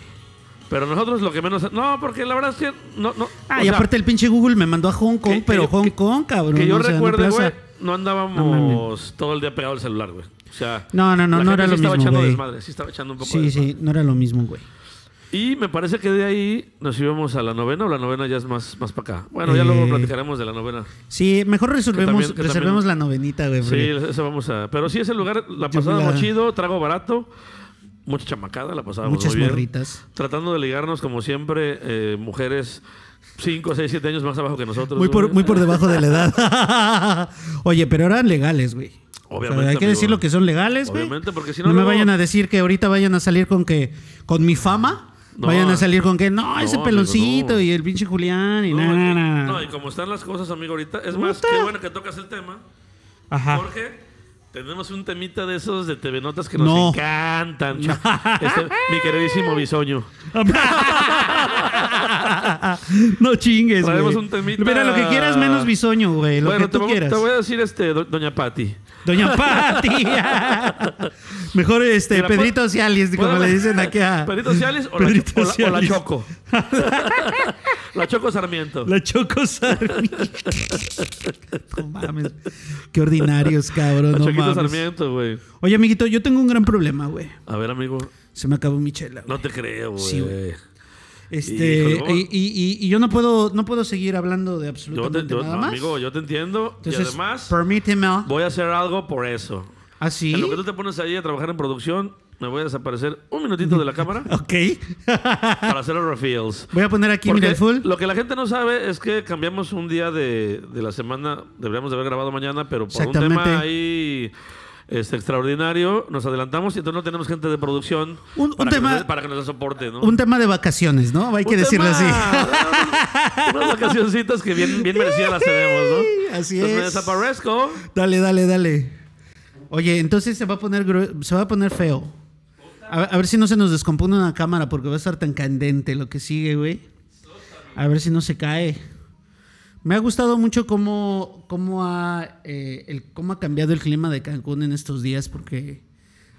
S2: Pero nosotros lo que menos... No, porque la verdad es que no... no
S1: Ah,
S2: o
S1: y
S2: sea,
S1: aparte el pinche Google me mandó a Hong Kong,
S2: que- que
S1: pero
S2: yo-
S1: Hong
S2: que-
S1: Kong, cabrón.
S2: que yo
S1: o sea, no
S2: recuerde,
S1: plaza.
S2: güey, no andábamos todo el día pegado al celular, güey. O sea...
S1: No, no, no,
S2: la
S1: no era
S2: gente sí
S1: lo
S2: estaba
S1: mismo,
S2: echando
S1: güey.
S2: desmadre, sí estaba echando un poco de
S1: Sí,
S2: desmadre.
S1: sí, no era lo mismo, güey.
S2: Y me parece que de ahí nos íbamos a la novena o la novena ya es más, más para acá. Bueno, ya luego
S1: Eh,
S2: platicaremos de la novena.
S1: Sí, mejor resolvemos,
S2: también- que
S1: reservemos
S2: también-
S1: la novenita, güey.
S2: Sí,
S1: porque-
S2: eso vamos a. Pero sí, ese lugar la
S1: Yo
S2: pasábamos
S1: la-
S2: chido, trago barato, mucha chamacada, la pasábamos
S1: Muchas
S2: muy bien.
S1: morritas.
S2: Tratando de ligarnos, como siempre, eh, mujeres 5, 6, 7 años más abajo que nosotros.
S1: Muy por,
S2: güey.
S1: muy por debajo de la
S2: *laughs*
S1: edad. Oye, pero eran legales, güey.
S2: Obviamente,
S1: hay que
S2: amigo.
S1: decir lo que son legales, güey.
S2: Obviamente, porque si
S1: no.
S2: no,
S1: me
S2: luego-
S1: vayan a decir que ahorita vayan a salir con que. Con mi fama.
S2: No.
S1: Vayan a salir con que. No,
S2: No,
S1: ese
S2: amigo,
S1: peloncito
S2: no.
S1: y el pinche Julián y
S2: No,
S1: nada,
S2: y-
S1: nada.
S2: no, y como están las cosas, amigo, ahorita. Es más,
S1: Puta.
S2: qué bueno que tocas el tema.
S1: Ajá.
S2: Jorge, tenemos un temita de esos de TV Notas que nos
S1: No.
S2: encantan. cha- este, mi queridísimo bisoño.
S1: *laughs* No chingues, güey.
S2: Traemos un temita.
S1: Mira, lo que quieras menos bisoño, güey. *laughs* Lo
S2: bueno,
S1: que tú
S2: te, voy-
S1: quieras.
S2: te voy a decir, este, do- Doña Patti. *laughs*
S1: Doña Pati. Mejor este,
S2: Mira,
S1: Pedrito Cialis, como
S2: Bueno,
S1: le dicen aquí a.
S2: Perito Cialis o,
S1: Pedrito
S2: la, o la- o la
S1: Cialis. *laughs*
S2: Choco. la Choco Sarmiento.
S1: La Choco Sarmiento. no mames. Qué ordinarios, cabrón.
S2: la
S1: no
S2: Choquito
S1: mames.
S2: Sarmiento, güey.
S1: Oye, amiguito, yo tengo un gran problema, güey.
S2: A ver, amigo.
S1: Se me acabó mi chela. güey.
S2: No te creo, güey.
S1: Sí, güey. Este,
S2: Híjole, ¿cómo?
S1: y, y- y- y yo no puedo, no puedo seguir hablando de
S2: yo te,
S1: absolutamente
S2: yo-
S1: nada
S2: no,
S1: más.
S2: amigo, yo te entiendo. y
S1: Entonces,
S2: además,
S1: permíteme. ¿ah,
S2: voy a hacer algo por eso.
S1: Así.
S2: En lo que tú te pones ahí a trabajar en producción, me voy a desaparecer un minutito de la cámara
S1: Ok. *laughs*
S2: para hacer los reveals.
S1: voy a poner aquí, mira,
S2: Porque
S1: el full.
S2: Lo que la gente no sabe es que cambiamos un día de, de la semana. Deberíamos de haber grabado mañana, pero por un
S1: Exactamente.
S2: tema ahí este, extraordinario nos adelantamos y entonces no tenemos gente de producción
S1: Un- un
S2: para, que
S1: tema-
S2: nos dé- para que nos dé soporte, ¿no?
S1: Un tema de vacaciones, ¿no? Hay que
S2: Un
S1: decirlo
S2: tema,
S1: así.
S2: unas- *laughs* Unas vacacioncitas que bien, bien merecidas las tenemos, ¿no?
S1: Así
S2: Entonces me
S1: es.
S2: desaparezco.
S1: Dale, dale, dale. Oye, entonces se va a poner grue- se va a poner feo. A, ver- a ver si no se nos descompone una cámara porque va a estar tan candente lo que sigue, güey. A ver si no se cae. Me ha gustado mucho cómo, cómo, ha, eh, el, cómo ha cambiado el clima de Cancún en estos días porque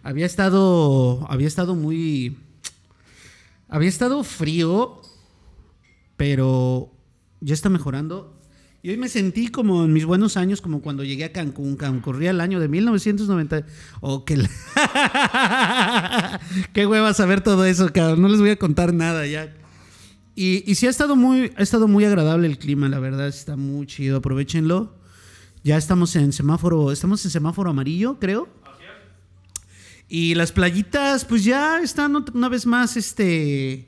S1: había estado, había estado muy... Había estado frío, pero ya está mejorando. Y hoy me sentí como en mis buenos años, como cuando llegué a Cancún, cuando corría el año de 1990. Oh, que la- *laughs* qué hueva saber todo eso, cabrón. No les voy a contar nada ya. Y, y sí ha estado muy, ha estado muy agradable el clima, la verdad, está muy chido, aprovechenlo. Ya estamos en semáforo, estamos en semáforo amarillo, creo. Y las playitas, pues ya están ot- una vez más este,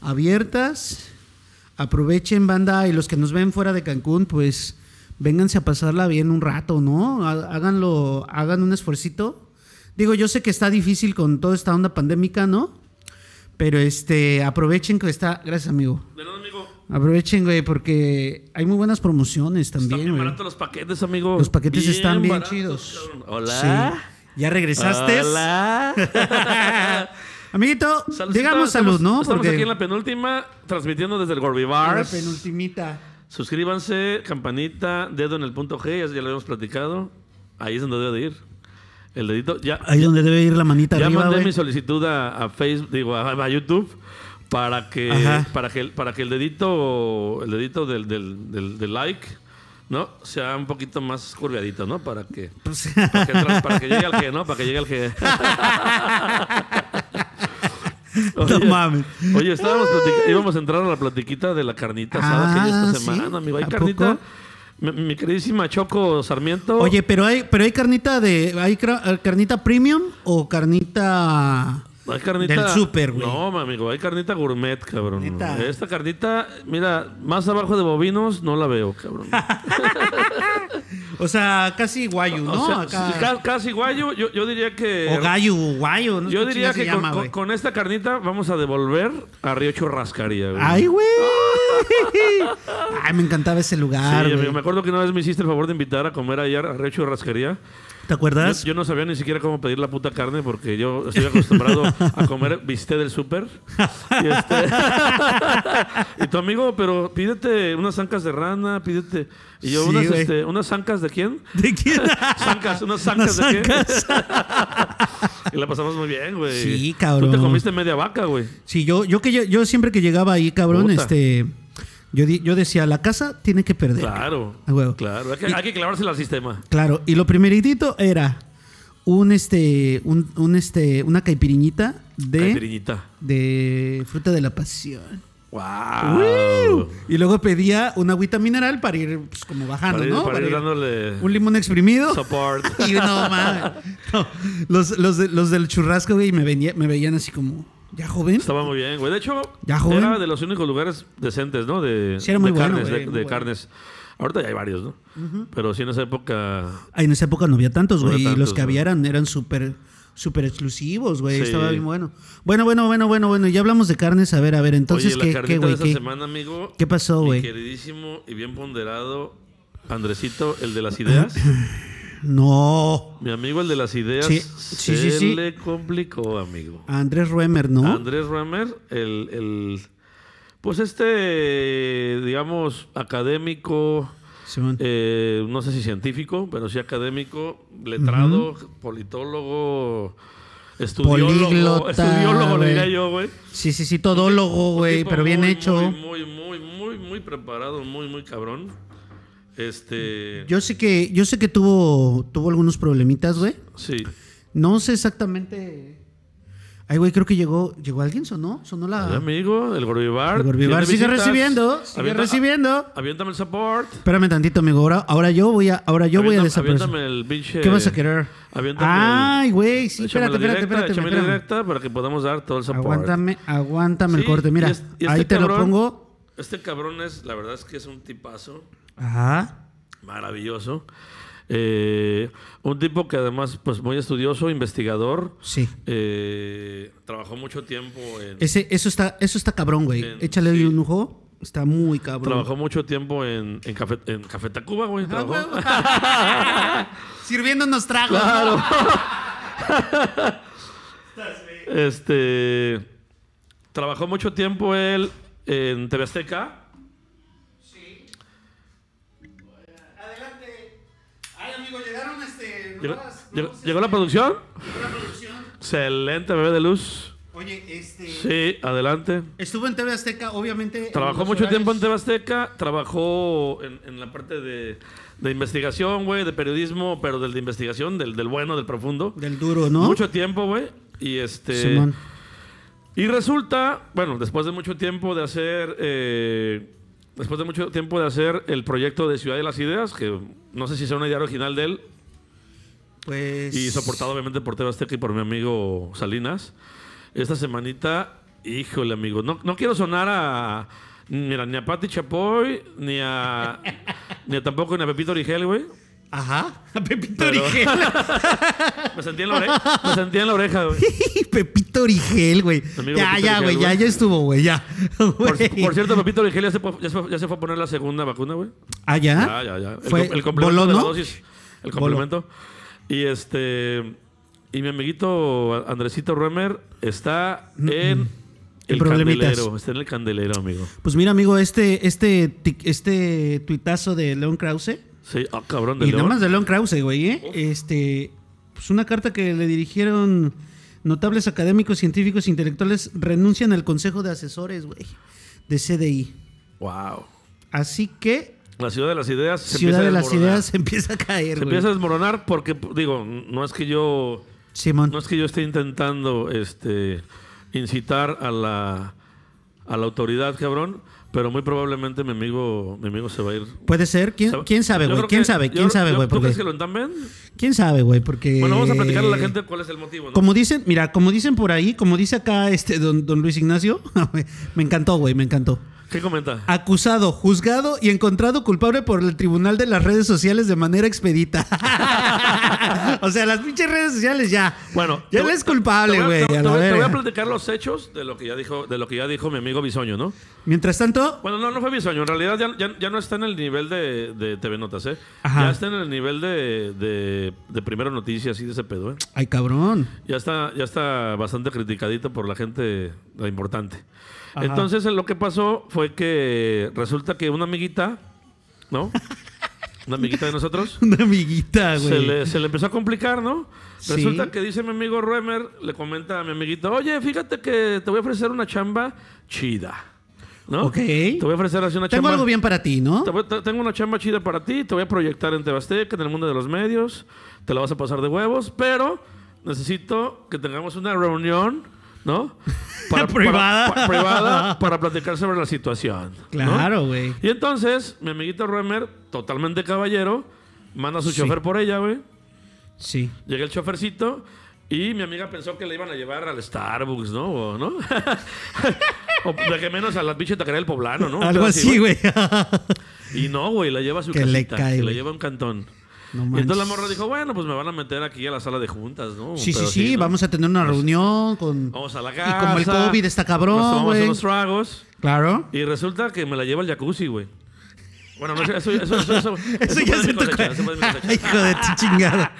S1: abiertas. Aprovechen, banda, y los que nos ven fuera de Cancún, pues vénganse a pasarla bien un rato, ¿no? Ha- Háganlo, hagan un esfuercito. Digo, yo sé que está difícil con toda esta onda pandémica, ¿no? Pero este, aprovechen que está. Gracias, amigo.
S2: De nada, amigo.
S1: Aprovechen, güey, porque hay muy buenas promociones también.
S2: Están bien
S1: güey.
S2: baratos los paquetes, amigo.
S1: Los paquetes están bien
S2: baratos,
S1: chidos.
S2: cabrón. Hola.
S1: Sí. ¿Ya regresaste?
S2: Hola.
S1: *laughs* Amiguito,
S2: Saludcita,
S1: digamos
S2: estamos-
S1: salud, ¿no?
S2: Estamos aquí en la penúltima, transmitiendo desde el Gorby
S1: en la
S2: Bars.
S1: penultimita.
S2: Suscríbanse, campanita, dedo en el punto G, ya, ya lo habíamos platicado. Ahí es donde debe de ir. El dedito. Ya,
S1: Ahí donde debe ir la manita
S2: ya
S1: arriba,
S2: mandé
S1: güey.
S2: mi solicitud a, a Facebook, digo, a, a YouTube. Para que,
S1: Ajá.
S2: para que para que el dedito el dedito del, del, del- del like no sea un poquito más curviadito no para que
S1: Pues,
S2: para que, tra- para que llegue al G no para que llegue al G
S1: *laughs* no mames.
S2: Oye, estábamos platic- íbamos a entrar a la platiquita de la carnita asada que hay
S1: Ah,
S2: esta
S1: ¿sí?
S2: semana, amigo. Hay
S1: ¿A
S2: carnita.
S1: poco?
S2: Mi, mi queridísima Choco Sarmiento.
S1: Oye, pero hay, pero hay carnita de, hay cra- carnita premium o carnita
S2: hay carnita.
S1: del súper, güey.
S2: No, mi amigo, hay carnita gourmet, cabrón.
S1: Neta.
S2: Esta carnita, mira, más abajo de bovinos no la veo, cabrón.
S1: O sea, casi guayu,
S2: O
S1: *laughs* ¿no?
S2: sea,
S1: Acá-
S2: sí, ca- casi guayo, yo, yo diría que.
S1: o gallo, o guayo, no sé
S2: Yo
S1: qué
S2: diría
S1: chingas se
S2: que con,
S1: llama,
S2: con-
S1: güey.
S2: con esta carnita vamos a devolver a Río Churrascaria, güey.
S1: Ay,
S2: *laughs*
S1: güey. Ay, me encantaba ese lugar,
S2: Sí,
S1: güey.
S2: amigo, me acuerdo que una vez me hiciste el favor de invitar a comer allá a Río Churrascaría.
S1: ¿Te acuerdas?
S2: Yo, yo no sabía ni siquiera cómo pedir la puta carne porque yo estoy acostumbrado a comer bistec del súper. Y, este- *laughs* y tu amigo, pero pídete unas zancas de rana, pídete. Y yo,
S1: Sí,
S2: unas,
S1: güey.
S2: este, unas zancas de quién?
S1: ¿De quién?
S2: Zancas, unas
S1: Las
S2: zancas de quién.
S1: zancas.
S2: *laughs* Y la pasamos muy bien, güey.
S1: Sí, cabrón.
S2: Tú te comiste media vaca, güey.
S1: Sí, yo, yo que yo, yo siempre que llegaba ahí, cabrón,
S2: Puta.
S1: este, yo, di- yo decía, la casa tiene que perder.
S2: Claro.
S1: A huevo.
S2: Claro. Hay que, hay que clavársela al sistema.
S1: Claro, y lo primeritito era un este, un, un, este, una caipiriñita de,
S2: Caipiriñita.
S1: de fruta de la pasión.
S2: Wow.
S1: Y luego pedía una agüita mineral para ir pues, como bajando,
S2: Para ir,
S1: ¿no?
S2: para ir
S1: Para ir-
S2: dándole
S1: un limón exprimido.
S2: support.
S1: *laughs* Y no mames. No, los, los, de- los del churrasco, güey, me, venía- me veían así como, ¿ya joven?
S2: Estaba muy bien, güey. De hecho,
S1: Ya, joven.
S2: era de los únicos lugares decentes, ¿no? De,
S1: Sí, era muy
S2: de
S1: bueno,
S2: carnes,
S1: güey,
S2: de,
S1: muy
S2: de
S1: bueno.
S2: carnes. Ahorita ya hay varios, ¿no? Pero sí en esa época.
S1: Ay, en esa época no había tantos,
S2: No
S1: güey. y
S2: había
S1: los
S2: tantos,
S1: que había
S2: güey.
S1: eran, eran súper súper exclusivos, güey.
S2: Sí.
S1: Estaba bien bueno. Bueno, bueno, bueno, bueno, bueno. Ya hablamos de carnes. A ver, a ver. Entonces,
S2: Oye, la
S1: ¿qué,
S2: carnita
S1: qué, güey?
S2: de esta
S1: ¿Qué?
S2: semana, amigo.
S1: qué pasó,
S2: mi
S1: güey?
S2: Queridísimo y bien ponderado Andresito, el de las ideas.
S1: No.
S2: mi amigo, el de las ideas.
S1: Sí, sí,
S2: se
S1: sí, sí.
S2: le complicó, amigo.
S1: Andrés Ruemer, ¿no?
S2: Andrés Ramer, el, el pues este, digamos, académico,
S1: Simón.
S2: eh, no sé si científico, pero sí académico, letrado, politólogo, estudiólogo,
S1: Políglota,
S2: estudiólogo le
S1: güey.
S2: diría yo, güey.
S1: Sí, sí, sí, todólogo, güey,
S2: Tipo
S1: pero bien
S2: muy,
S1: hecho.
S2: Muy, muy, muy, muy, muy preparado, muy, muy cabrón. Este,
S1: Yo sé que, yo sé que tuvo, tuvo algunos problemitas, güey.
S2: sí.
S1: No sé exactamente. Ay, güey, creo que llegó, llegó alguien, sonó, sonó
S2: Ay,
S1: la.
S2: amigo, el Gorbivar.
S1: El Gorbivar Ah. sigue
S2: tiene visitas. ah,
S1: recibiendo, sigue
S2: Avienta-
S1: recibiendo.
S2: Aviéntame el support.
S1: Espérame tantito, amigo. Ahora, ahora yo voy a, ahora yo voy a
S2: Aviéntame-
S1: desaparecer.
S2: Aviéntame el pinche.
S1: ¿Qué vas a querer?
S2: aviéntame
S1: Ay, güey, sí,
S2: Échame
S1: espérate,
S2: la
S1: espérate,
S2: directa,
S1: espérate.
S2: échame la
S1: espérame.
S2: directa para que podamos dar todo el support.
S1: Aguántame, aguántame el
S2: Sí,
S1: corte. Mira,
S2: y es- y este
S1: ahí te lo
S2: cabrón-
S1: pongo.
S2: Este cabrón es, la verdad es que es un tipazo
S1: Ajá.
S2: maravilloso. Eh, un tipo que además, pues muy estudioso, investigador.
S1: Sí.
S2: Eh, trabajó mucho tiempo en.
S1: Ese, eso está, eso está cabrón, güey.
S2: Bien,
S1: Échale
S2: sí.
S1: un ojo. Está muy cabrón.
S2: Trabajó mucho tiempo en, en, Café, en Café Tacuba, güey.
S1: Ah,
S2: Trabajó.
S1: güey. *laughs* Sirviéndonos tragos. ¿no?
S2: Este. Trabajó mucho tiempo él en TV Azteca.
S1: Adelante. Ay, amigo, llegaron este,
S2: Llegó,
S1: nuevas-
S2: llegó-
S1: nuevos-
S2: llegó la producción.
S1: llegó la producción.
S2: Excelente, bebé de luz.
S1: Oye, este.
S2: Sí, adelante.
S1: Estuvo en TV Azteca, obviamente. en
S2: Trabajó
S1: los
S2: mucho
S1: horarios-
S2: tiempo en TV Azteca, trabajó en, en la parte de, de investigación, güey, de periodismo, pero del de investigación, del, del bueno, del profundo.
S1: Del duro, ¿no?
S2: Mucho tiempo, güey. Y este.
S1: Simón.
S2: Y resulta, bueno, después de mucho tiempo de hacer. eh, después de mucho tiempo de hacer el proyecto de Ciudad de las Ideas, que no sé si sea una idea original de él,
S1: Pues.
S2: y soportado obviamente por TV Azteca y por mi amigo Salinas. Esta semanita, híjole, amigo, no, no quiero sonar a. Mira, ni a Pati Chapoy, ni
S1: *laughs*
S2: a. ni a tampoco ni a Pepito Origel, güey.
S1: Ajá. *laughs* Pepito
S2: Pero- *laughs*
S1: Origel. *laughs*
S2: Me sentí en la oreja, me sentí en la oreja, güey.
S1: Pepito Origel, güey.
S2: Amigo
S1: Ya,
S2: Pepito
S1: ya,
S2: Origel,
S1: güey.
S2: güey.
S1: Ya, ya estuvo, güey. Ya. *laughs*
S2: Por,
S1: Güey.
S2: por cierto, Pepito Origel ya se, po- ya se fue- ya se fue a poner la segunda vacuna, güey.
S1: Ah, ya.
S2: Ya, ya, ya. El,
S1: Fue
S2: com- el complemento de
S1: Bolón,
S2: la
S1: ¿no?
S2: dosis. El complemento. Y este. Y mi amiguito Andresito Ruemer está en el
S1: Mm, problemitas.
S2: candelero. Está en el candelero, amigo.
S1: Pues mira, amigo, este, este, tic- este tuitazo de León Krause.
S2: Sí, ah, cabrón, de
S1: Y nada
S2: León.
S1: más de León Krause, güey, ¿eh? Este, pues una carta que le dirigieron notables académicos, científicos, intelectuales, renuncian al Consejo de Asesores, güey, de CDI.
S2: Wow.
S1: Así que
S2: La ciudad de las ideas. se
S1: Ciudad
S2: empieza a
S1: de las
S2: desmoronar.
S1: Ideas *laughs* se empieza a caer,
S2: Se
S1: güey.
S2: empieza a desmoronar porque, digo, no es que yo.
S1: Simón.
S2: No es que yo esté intentando este, incitar a la, a la autoridad, cabrón, pero muy probablemente mi amigo, mi amigo se va a ir.
S1: Puede ser, ¿quién, quién sabe,
S2: Yo
S1: güey?
S2: creo
S1: ¿Quién
S2: que-
S1: sabe?
S2: yo
S1: ¿Quién
S2: creo-
S1: sabe,
S2: yo-
S1: güey?
S2: ¿Tú crees que
S1: Porque,
S2: lo entamben?
S1: ¿Quién sabe, güey? Porque...
S2: Bueno, vamos a platicarle a la gente cuál es el motivo, Pues ¿no?
S1: Como dicen, mira, como dicen por ahí, como dice acá este don, don Luis Ignacio, *laughs* me encantó, güey, me encantó.
S2: ¿Qué comenta?
S1: acusado, juzgado y encontrado culpable por el Tribunal de las Redes Sociales de manera expedita. *laughs* o sea, las pinches redes sociales ya.
S2: Bueno,
S1: ya
S2: te-
S1: él es
S2: te
S1: culpable,
S2: voy a-
S1: güey.
S2: Te,
S1: a
S2: te
S1: la
S2: voy- te voy a
S1: verga.
S2: platicar los hechos de lo que ya dijo, de lo que ya dijo mi amigo Bisoño, ¿no?
S1: Mientras tanto,
S2: Bueno, no, no fue Bisoño. En realidad ya, ya- ya no está en el nivel de, de TV Notas, ¿eh?
S1: Ajá.
S2: Ya está en el nivel de, de, de Primero Noticias y de ese pedo, ¿eh?
S1: ay cabrón. *laughs*
S2: Ya está, ya está bastante criticadito por la gente la importante.
S1: Ajá.
S2: Entonces, lo que pasó fue que resulta que una amiguita,
S1: *laughs*
S2: ¿no? Una amiguita de nosotros.
S1: Una amiguita,
S2: Se
S1: Ah, güey.
S2: le, se le empezó a complicar, ¿no?
S1: Sí.
S2: Resulta que dice mi amigo Ruemer, le comenta a mi amiguito, oye, fíjate que te voy a ofrecer una chamba chida, ¿no?
S1: Ok.
S2: Te voy a ofrecer así una
S1: Tengo
S2: chamba...
S1: algo bien para ti, ¿no?
S2: Te voy- te- tengo una chamba chida para ti, te voy a proyectar en Tebasteca, en el mundo de los medios, te la vas a pasar de huevos, pero necesito que tengamos una reunión,
S1: *laughs*
S2: ¿no?
S1: Privada.
S2: pa- privada para platicar sobre la situación. ¿no?
S1: Claro, güey.
S2: Y entonces, mi amiguito Remer, totalmente caballero, manda a su
S1: Sí.
S2: chofer por ella, güey.
S1: Sí.
S2: Llega el chofercito y mi amiga pensó que le iban a llevar al Starbucks, ¿no? O, ¿no? *laughs* o de que menos a la pinche taquería del poblano, ¿no?
S1: algo
S2: Pero
S1: así, güey. *laughs*
S2: y no, güey, la lleva a su
S1: Que le
S2: casita,
S1: cae,
S2: que la
S1: güey.
S2: lleva a un cantón.
S1: No
S2: y entonces la
S1: manches.
S2: morra dijo, bueno, pues me van a meter aquí a la sala de juntas, ¿no?
S1: Sí, sí,
S2: Mm, Pero
S1: sí.
S2: ¿no?
S1: Vamos a tener una reunión con.
S2: Vamos a la casa.
S1: Y como el COVID está
S2: nos
S1: cabrón,
S2: tomamos
S1: güey.
S2: unos tragos. *laughs*
S1: Claro.
S2: Y resulta que me la lleva el jacuzzi, güey. Bueno, no sé, eso, eso, eso, eso,
S1: Eso ya *laughs* se
S2: fue de mi cosecha,
S1: toca. *laughs*
S2: eso fue de mi cosecha.
S1: Hijo de tu chingada.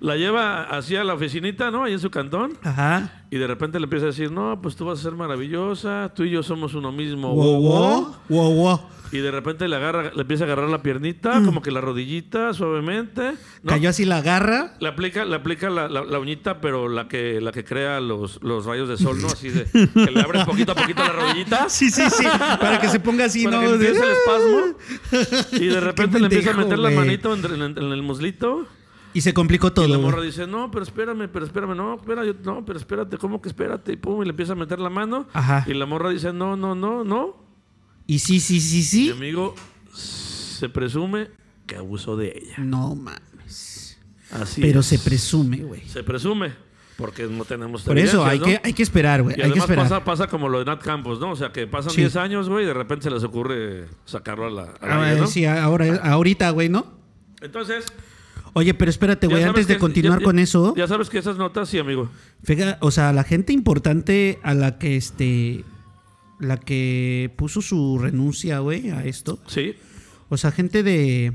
S2: La lleva hacia la oficinita, ¿no? Ahí en su cantón.
S1: Ajá.
S2: Y de repente le empieza a decir, no, pues tú vas a ser maravillosa, tú y yo somos uno mismo.
S1: Wow, wow, wow, wow.
S2: Y de repente le agarra, le empieza a agarrar la piernita, como que la rodillita, suavemente. ¿no?
S1: Mm. Cayó así la garra.
S2: Le aplica, le aplica la, la- la uñita, pero la que, la que crea los, los rayos de sol, ¿no? Así de que le abres poquito a poquito la rodillita.
S1: Sí, sí,
S2: *laughs*
S1: sí. Para que se ponga así,
S2: para
S1: ¿no?
S2: que empiece el
S1: *laughs*
S2: espasmo. Y de repente le empieza a
S1: pendejo,
S2: meter la
S1: güey.
S2: manito en, en- en el muslito.
S1: Y se complicó
S2: Y la
S1: todo.
S2: morra
S1: güey.
S2: dice, no, pero espérame, pero espérame, no, espera, yo- no, pero espérate, ¿cómo que espérate? Y pum, y le empieza a meter la mano.
S1: Ajá.
S2: Y la morra dice, no, no, no, no.
S1: Y sí, sí, sí,
S2: Mi
S1: sí.
S2: amigo se presume que abusó de ella.
S1: No mames.
S2: Así
S1: Pero
S2: es.
S1: se presume, güey.
S2: Se presume, porque no tenemos
S1: Por eso hay,
S2: evidencias,
S1: que,
S2: ¿no?
S1: hay que esperar, güey.
S2: Y
S1: Hay que
S2: además
S1: esperar.
S2: pasa, pasa como lo de Nat Campos, ¿no? O sea, que pasan
S1: Sí.
S2: 10 años, güey, y de repente se les ocurre sacarlo a la... a la
S1: Ah,
S2: vida, ¿no?
S1: Sí, ahora, ahorita, güey, ¿no?
S2: Entonces...
S1: Oye, pero espérate,
S2: ya
S1: güey,
S2: sabes
S1: antes de
S2: que-
S1: continuar
S2: ya-
S1: con
S2: ya-
S1: eso,
S2: Ya sabes que esas notas, sí, amigo.
S1: fija- o sea, la gente importante a la que este la que puso su renuncia, güey, a esto.
S2: Sí.
S1: O sea, gente de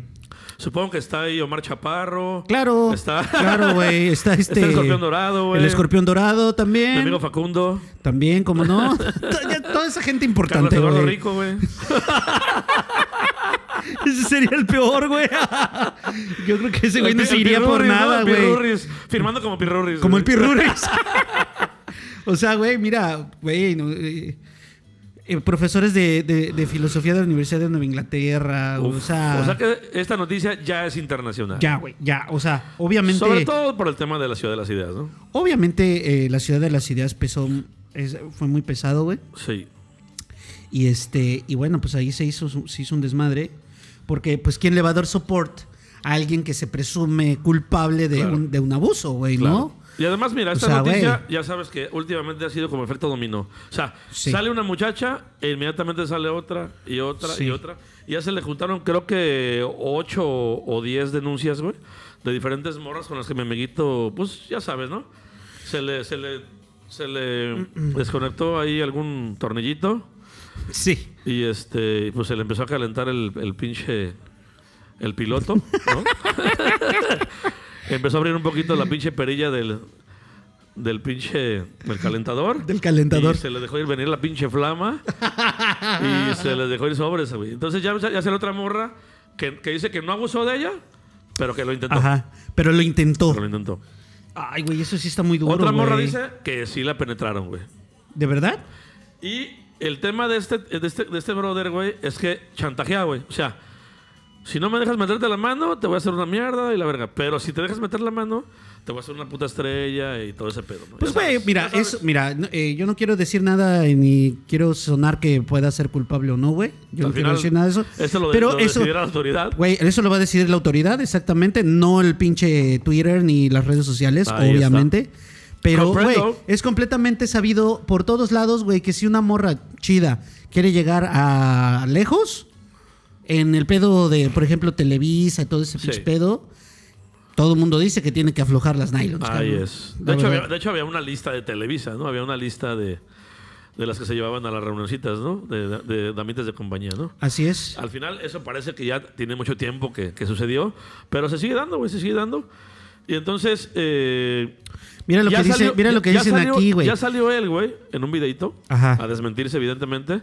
S2: Supongo que está ahí Omar Chaparro.
S1: Claro,
S2: Está-
S1: claro, güey,
S2: *laughs*
S1: está este
S2: Está el escorpión dorado, güey.
S1: El escorpión dorado
S2: Mi
S1: también.
S2: amigo Facundo.
S1: También, como
S2: *laughs*
S1: no. Ya Toda esa gente
S2: Carlos
S1: importante,
S2: Eduardo
S1: güey.
S2: Rico, güey.
S1: Ese sería el peor,
S2: *laughs*
S1: güey. Yo creo que ese güey no
S2: El
S1: se
S2: pi- el
S1: iría por
S2: Pirurris, ¿no?
S1: nada,
S2: El
S1: güey.
S2: Pirurris. Firmando como Pirurris.
S1: Como el
S2: güey. *laughs*
S1: pirruris. o sea, güey, mira, güey. no, eh, eh, profesores de, de- de filosofía de la Universidad de Nueva Inglaterra.
S2: Uf.
S1: o sea,
S2: que esta noticia ya es internacional.
S1: ya, güey, ya. O sea, obviamente.
S2: Sobre todo por el tema de la ciudad de las ideas, ¿no?
S1: Obviamente, eh, la ciudad de las ideas pesó. es- fue muy pesado, güey.
S2: Sí.
S1: Y este. Y bueno, pues ahí se hizo, su- se hizo un desmadre. Porque, pues, ¿quién le va a dar soporte a alguien que se presume culpable de,
S2: Claro.
S1: un, de un abuso, güey,
S2: Claro.
S1: no?
S2: Y además, mira,
S1: O
S2: esta
S1: sea,
S2: noticia
S1: güey.
S2: ya sabes que últimamente ha sido como efecto dominó. O sea,
S1: Sí.
S2: sale una muchacha e inmediatamente sale otra y otra
S1: Sí.
S2: y otra. Y ya se le juntaron creo que ocho o diez denuncias, güey, de diferentes morras con las que mi amiguito, pues ya sabes, ¿no? Se le, se le, se le desconectó ahí algún tornillito
S1: Sí.
S2: y este, pues se le empezó a calentar el, el pinche, el piloto, ¿no? *laughs* Empezó a abrir un poquito la pinche perilla del, del pinche del calentador.
S1: Del calentador.
S2: Y se le dejó ir venir la pinche flama. y se le dejó ir sobres, güey. Entonces ya, ya sale otra morra que, que dice que no abusó de ella, pero que lo intentó.
S1: Ajá. Pero lo intentó.
S2: Que lo intentó.
S1: Ay, güey, eso sí está muy duro.
S2: otra morra
S1: güey.
S2: dice que sí la penetraron, güey.
S1: ¿De verdad?
S2: Y el tema de este, de este, de este brother, güey, es que chantajea, güey. O sea, si no me dejas meterte la mano, te voy a hacer una mierda y la verga. Pero si te dejas meter la mano, te voy a hacer una puta estrella y todo ese pedo. ¿no?
S1: Pues,
S2: Ya
S1: güey,
S2: sabes,
S1: mira,
S2: ya sabes.
S1: eso, mira, no, eh, yo no quiero decir nada eh, ni quiero sonar que pueda ser culpable o no, güey. Yo
S2: Al
S1: no quiero
S2: final,
S1: decir nada de eso.
S2: Eso lo, de-
S1: pero
S2: lo
S1: eso,
S2: decidirá la autoridad.
S1: güey, eso lo va a decidir la autoridad, exactamente. No el pinche Twitter ni las redes sociales,
S2: Ahí está.
S1: obviamente. Pero, güey,
S2: Comprendo.
S1: es completamente sabido por todos lados, güey, que si una morra chida quiere llegar a lejos, en el pedo de, por ejemplo, Televisa, todo ese
S2: Sí.
S1: pinche pedo, todo el mundo dice que tiene que aflojar las nylons.
S2: Ahí
S1: cabrón.
S2: es.
S1: La
S2: De hecho,
S1: verdad.
S2: había, de hecho, había una lista de Televisa, ¿no? Había una lista de, de las que se llevaban a las reunioncitas, ¿no? De, de, de damitas de compañía, ¿no?
S1: Así es.
S2: Al final, eso parece que ya tiene mucho tiempo que, que sucedió, pero se sigue dando, güey, se sigue dando. Y entonces. eh,
S1: Mira lo que,
S2: ya
S1: dice-
S2: salió-
S1: mira lo
S2: ya-
S1: que
S2: ya
S1: dicen
S2: salió-
S1: aquí, güey.
S2: Ya salió él, güey, en un videito,
S1: Ajá.
S2: a desmentirse, evidentemente.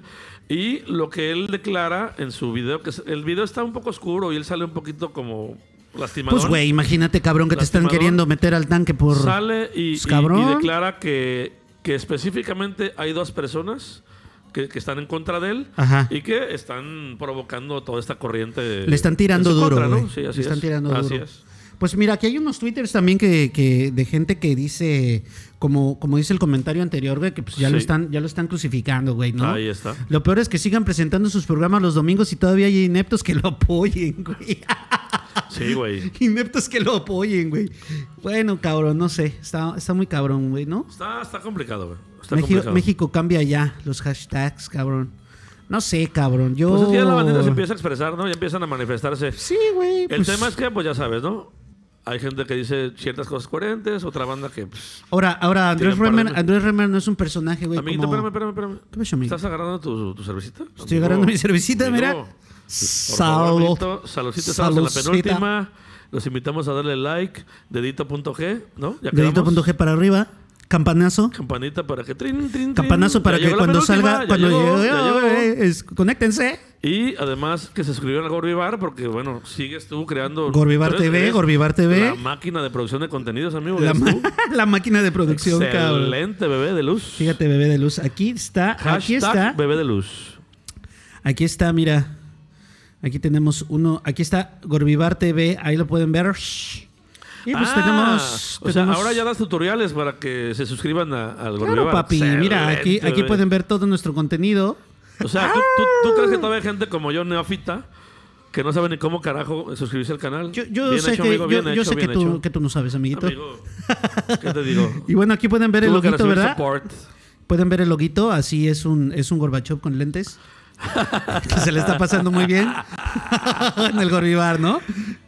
S2: Y lo que él declara en su video, que es- el video está un poco oscuro y él sale un poquito como lastimado.
S1: Pues, güey, imagínate, cabrón, que te están
S2: Lastimador.
S1: queriendo meter al tanque por...
S2: Sale y,
S1: Pues,
S2: y-
S1: cabrón.
S2: y declara que, que específicamente hay dos personas que, que están en contra de él
S1: Ajá.
S2: y que están provocando toda esta corriente.
S1: Le están tirando
S2: en su
S1: duro,
S2: contra, ¿no?
S1: güey.
S2: Sí, así
S1: Le están
S2: es.
S1: tirando
S2: Así
S1: duro.
S2: es.
S1: Pues mira, aquí hay unos twitters también que, que de gente que dice, como, como dice el comentario anterior, güey, que pues ya lo
S2: Sí.
S1: están, ya lo están crucificando, güey, ¿no?
S2: Ahí está.
S1: Lo peor es que sigan presentando sus programas los domingos y todavía hay ineptos que lo apoyen, *laughs* güey.
S2: Sí, güey.
S1: ineptos que lo apoyen, güey. Bueno, cabrón, no sé. Está, está muy cabrón, güey, ¿no?
S2: Está, está complicado, güey. Está
S1: México,
S2: complicado.
S1: México cambia ya los hashtags, cabrón. No sé, cabrón. Yo.
S2: Pues es que ya la bandera se empieza a expresar, ¿no? Ya empiezan a manifestarse.
S1: Sí, güey.
S2: El
S1: pues-
S2: tema es que, pues ya sabes, ¿no? Hay gente que dice ciertas cosas coherentes, otra banda que. Pues,
S1: Ahora, ahora Andrés
S2: Tienen par de
S1: Remer,
S2: meses.
S1: Andrés Remer no es un personaje, güey.
S2: amiguito,
S1: como-
S2: espérame, espérame, espérame.
S1: ¿Qué pasó, amigo?
S2: ¿Estás agarrando tu, tu cervecita?
S1: Estoy agarrando mi cervecita, mira.
S2: Por favor,
S1: Salud.
S2: amiguito, saludcita, estamos en la
S1: Saludcita.
S2: penúltima. Los invitamos a darle like, dedito.g, ¿no? Ya quedamos.
S1: Dedito.g para arriba, campanazo.
S2: Campanita para que trin, trin,
S1: Campanazo
S2: trin.
S1: para
S2: Ya
S1: que
S2: llegó la
S1: cuando
S2: penúltima,
S1: salga,
S2: ya
S1: cuando
S2: llegó,
S1: llegue,
S2: ya
S1: oh,
S2: llegó.
S1: eh, es- conéctense.
S2: Y además que se suscriban a Gorbivar porque, bueno, sigues tú creando.
S1: Gorbivar
S2: tú eres-
S1: TV,
S2: eres
S1: Gorbivar TV.
S2: La máquina de producción de contenidos, amigo.
S1: La,
S2: eres
S1: ma-
S2: tú.
S1: la máquina de *laughs* producción, cabrón.
S2: Excelente, bebé de luz.
S1: Fíjate, bebé de luz. Aquí está, aquí
S2: Hashtag
S1: está.
S2: bebé de luz.
S1: Aquí está, mira. Aquí tenemos uno. Aquí está Gorbivar TV. Ahí lo pueden ver. Shh. Y pues
S2: Ah,
S1: tenemos.
S2: O sea,
S1: tenemos-
S2: ahora ya das tutoriales para que se suscriban a, al
S1: Claro,
S2: Gorbivar.
S1: papi. Mira, aquí,
S2: Excelente,
S1: aquí
S2: bebé.
S1: pueden ver todo nuestro contenido.
S2: O sea, ¿tú, tú, tú crees que todavía hay gente como yo, neófita, que no sabe ni cómo carajo suscribirse al canal?
S1: Yo, yo
S2: Bien
S1: sé,
S2: hecho,
S1: que,
S2: amigo,
S1: yo,
S2: bien
S1: yo
S2: hecho,
S1: sé que,
S2: bien
S1: tú,
S2: hecho.
S1: que tú no sabes, amiguito.
S2: Amigo, ¿qué
S1: *laughs*
S2: te digo?
S1: Y bueno, aquí pueden ver el
S2: Tuvo que
S1: loguito,
S2: recibir
S1: ¿verdad?
S2: support.
S1: Pueden ver el loguito. Así es un, es un Gorbachov con
S2: *laughs*
S1: lentes. que se le está pasando muy bien. *laughs* en el Gorbivar, ¿no?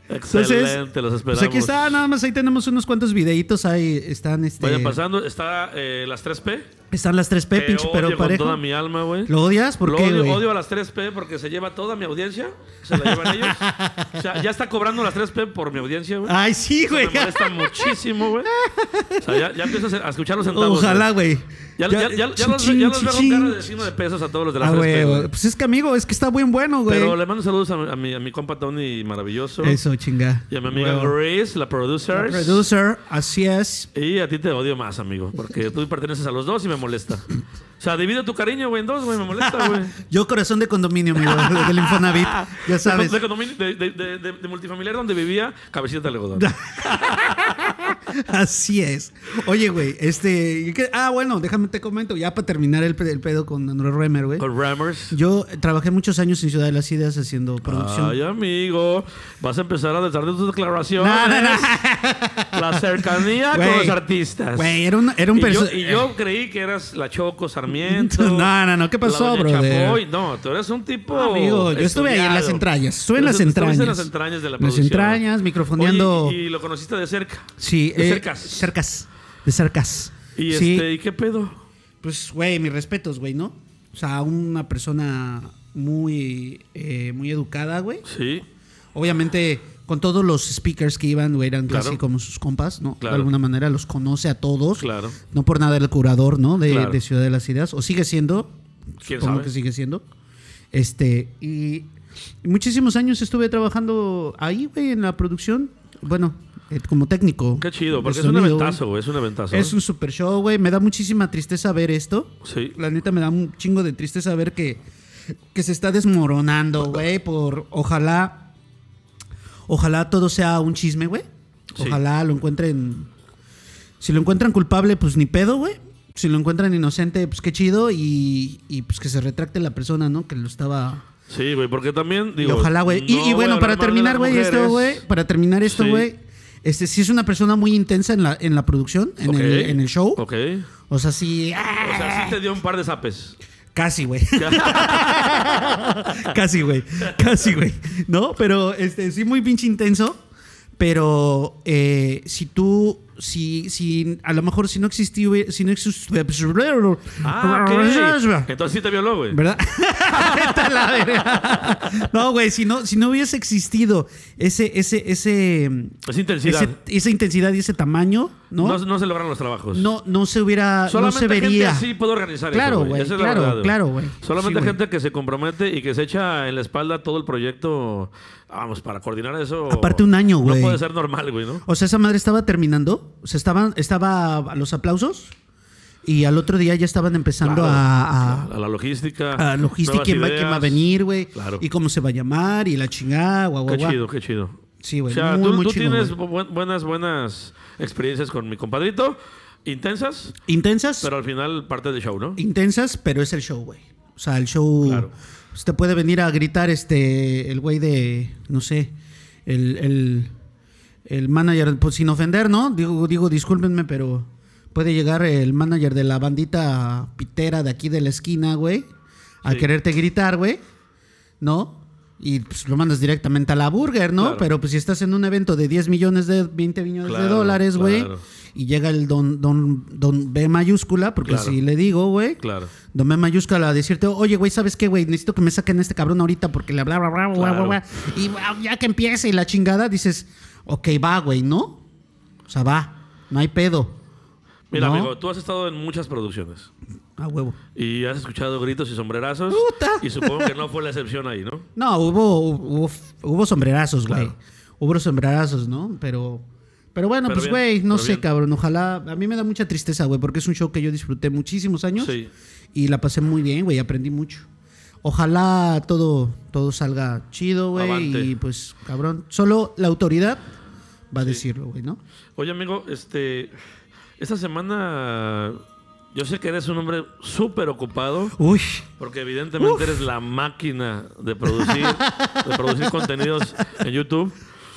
S2: Excelente, los esperamos.
S1: Pues aquí está, nada más ahí tenemos unos cuantos videitos. Ahí están, este,
S2: Vaya pasando, está eh, las 3P.
S1: están las tres P,
S2: Te
S1: pinche
S2: odio
S1: pero parejo.
S2: Con toda mi alma, güey.
S1: ¿Lo odias? ¿Por
S2: Lo
S1: qué,
S2: odio,
S1: güey?
S2: odio a las 3P porque se lleva toda mi audiencia. Se la llevan ellos. O sea, ya está cobrando las 3P por mi audiencia, güey.
S1: Ay, sí,
S2: Eso me
S1: güey.
S2: molesta muchísimo, güey. O sea, ya, ya empiezas a escuchar los centavos.
S1: Ojalá, güey.
S2: güey. Ya, ya, ya- ya los, ya los veo con cara de signo de pesos a todos los de las
S1: Ah,
S2: 3P.
S1: güey,
S2: güey.
S1: güey. Pues es que, amigo, es que está bien bueno, güey.
S2: Pero le mando saludos a, mi- a mi, a mi compa Tony maravilloso.
S1: Eso, chinga.
S2: Y a mi amiga
S1: Huevo.
S2: Grace, la producer.
S1: Producer, así es.
S2: Y a ti te odio más, amigo, porque tú perteneces a los dos y me molesta. O sea, divide tu cariño, güey, en dos, güey,
S1: *laughs*
S2: me molesta, Ah, güey.
S1: Yo corazón de condominio, amigo, *laughs* del Infonavit. Ya sabes.
S2: De, condominio- de, de- de- de- de multifamiliar donde vivía, cabecita
S1: *laughs*
S2: de algodón.
S1: Así es. Oye, güey, este... ¿y qué? Ah, bueno, déjame te comento. Ya para terminar el, pe- el pedo con Andrés Remer, güey.
S2: Con Rammers.
S1: Yo eh, trabajé muchos años en Ciudad de las Ideas haciendo producción.
S2: Ay, amigo, vas a empezar a desarrollar tus declaraciones.
S1: No, no, no.
S2: La cercanía
S1: Güey.
S2: con los artistas.
S1: Güey, era un, era un
S2: y, yo,
S1: perso-
S2: y yo creí que eras la Choco
S1: *laughs*
S2: Sarmiento.
S1: No, no, no, ¿qué pasó,
S2: la doña
S1: brother? Ah,
S2: Chapoy. No, tú eres un tipo.
S1: Amigo, yo estuve ahí en las entrañas, estuve en
S2: Tú
S1: las
S2: estuviste en las
S1: entrañas.
S2: entrañas de la
S1: Las
S2: producción.
S1: entrañas, microfoneando.
S2: Oye, y, y lo conociste de cerca.
S1: Sí,
S2: De
S1: eh,
S2: cercas.
S1: cercas. De cercas.
S2: Y,
S1: sí,
S2: este, ¿y qué pedo?
S1: pues, güey, mis respetos, güey, ¿no? O sea, una persona muy, eh, muy educada, güey.
S2: Sí.
S1: Obviamente, con todos los speakers que iban, güey, eran casi
S2: Claro.
S1: como sus compas, ¿no?
S2: Claro.
S1: De alguna manera los conoce a todos.
S2: Claro.
S1: No por nada el curador, ¿no? De,
S2: Claro.
S1: de Ciudad de las Ideas. O sigue siendo.
S2: ¿Quién
S1: supongo
S2: sabe?
S1: que sigue siendo. Este, y muchísimos años estuve trabajando ahí, güey, en la producción. Bueno, eh, como técnico.
S2: Qué
S1: de
S2: chido, porque es un
S1: sonido, güey.
S2: eventazo, güey. Es un eventazo. ¿eh?
S1: Es un super show, güey. Me da muchísima tristeza ver esto.
S2: Sí.
S1: La neta me da un chingo de tristeza ver que, que se está desmoronando, güey, por ojalá ojalá todo sea un chisme, güey.
S2: Sí.
S1: Ojalá lo encuentren si lo encuentran culpable, pues ni pedo, güey. Si lo encuentran inocente, pues qué chido y, y, pues que se retracte la persona, ¿no? Que lo estaba
S2: Sí, güey, porque también,
S1: y
S2: digo.
S1: ojalá, güey. Y- y,
S2: no voy a
S1: bueno,
S2: hablar
S1: para
S2: mal de
S1: terminar,
S2: las
S1: güey, este esto,
S2: mujeres.
S1: güey. Para terminar esto,
S2: Sí.
S1: güey. Este sí es una persona muy intensa en la, en la producción, en,
S2: Ok,
S1: el, en el show.
S2: Ok.
S1: O sea, sí. ¡ah!
S2: O sea, sí te dio un par de
S1: *laughs*
S2: zapes.
S1: Casi, güey. Casi, güey. Casi, güey. ¿No? Pero este, sí, muy pinche intenso. Pero eh, si tú. Si, si a lo mejor si no existía si no existía
S2: Ah,
S1: *laughs*
S2: ok. Entonces sí te violó, güey.
S1: ¿Verdad? *laughs* Vete a la verga. no, güey, si no, si no hubiese existido ese, ese, ese,
S2: Esa intensidad.
S1: ese- esa intensidad y ese tamaño, ¿no?
S2: No,
S1: No,
S2: no se lograron los trabajos.
S1: no, se hubiera, no
S2: Solamente
S1: se vería.
S2: gente así puede organizar
S1: Claro,
S2: eso,
S1: güey,
S2: Esa es la
S1: claro,
S2: verdad, güey.
S1: claro, güey. Sí,
S2: Solamente
S1: güey.
S2: gente que se compromete y que se echa en la espalda todo el proyecto. Vamos, para coordinar eso.
S1: Aparte un año, güey.
S2: No puede ser normal, güey, ¿no?
S1: O sea, esa madre estaba terminando, o sea, estaban, estaba a los aplausos y al otro día ya estaban empezando
S2: Claro.
S1: a, a-
S2: la logística.
S1: a logística,
S2: nuevas
S1: quién va, quién va a
S2: ideas.
S1: venir, güey,
S2: Claro.
S1: y cómo se va a llamar y la chingada, guau, guau,
S2: Qué
S1: guau.
S2: chido, qué chido.
S1: Sí, güey,
S2: O sea,
S1: muy,
S2: tú,
S1: muy
S2: tú
S1: chido,
S2: tienes
S1: güey.
S2: bu- buenas, buenas experiencias con mi compadrito. Intensas,
S1: Intensas,
S2: pero al final parte del show, ¿no?
S1: intensas, pero es el show, güey. O sea, el show.
S2: Claro.
S1: Usted puede venir a gritar, este, el güey de, no sé, el, el, el manager, pues sin ofender, ¿no? Digo, digo, discúlpenme, pero puede llegar el manager de la bandita pitera de aquí de la esquina, güey, a
S2: Sí.
S1: quererte gritar, güey, ¿no? Y pues lo mandas directamente a la burger, ¿no?
S2: Claro.
S1: Pero pues si estás en un evento de 10 millones de 20 millones de
S2: Claro,
S1: dólares, güey,
S2: claro.
S1: y llega el don, don, don B mayúscula, porque
S2: Claro.
S1: si le digo, güey,
S2: Claro.
S1: Domé mayúscula a decirte, oye, güey, ¿sabes qué, güey? Necesito que me saquen a este cabrón ahorita porque le bla, bla, bla, bla, bla,
S2: Claro.
S1: bla. Y guau, ya que empiece y la chingada, dices, ok, va, güey, ¿no? O sea, va, no hay pedo.
S2: Mira,
S1: ¿No?
S2: amigo, tú has estado en muchas producciones
S1: A huevo.
S2: y has escuchado gritos y sombrerazos.
S1: Puta.
S2: Y supongo que no fue la excepción ahí, ¿no?
S1: No, hubo, hubo, hubo sombrerazos, güey.
S2: Claro.
S1: Hubo sombrerazos, ¿no? Pero, pero bueno,
S2: Pero
S1: pues,
S2: bien,
S1: güey, no
S2: pero
S1: sé,
S2: bien.
S1: cabrón. Ojalá. A mí me da mucha tristeza, güey, porque es un show que yo disfruté muchísimos años.
S2: Sí.
S1: Y la pasé muy bien, güey. Aprendí mucho. Ojalá todo, todo salga chido, güey.
S2: Avante.
S1: Y pues, cabrón. Solo la autoridad va a decirlo, güey, ¿no?
S2: Oye, amigo, este. Esta semana. Yo sé que eres un hombre súper ocupado.
S1: Uy.
S2: Porque evidentemente eres la máquina de producir, de producir contenidos en YouTube.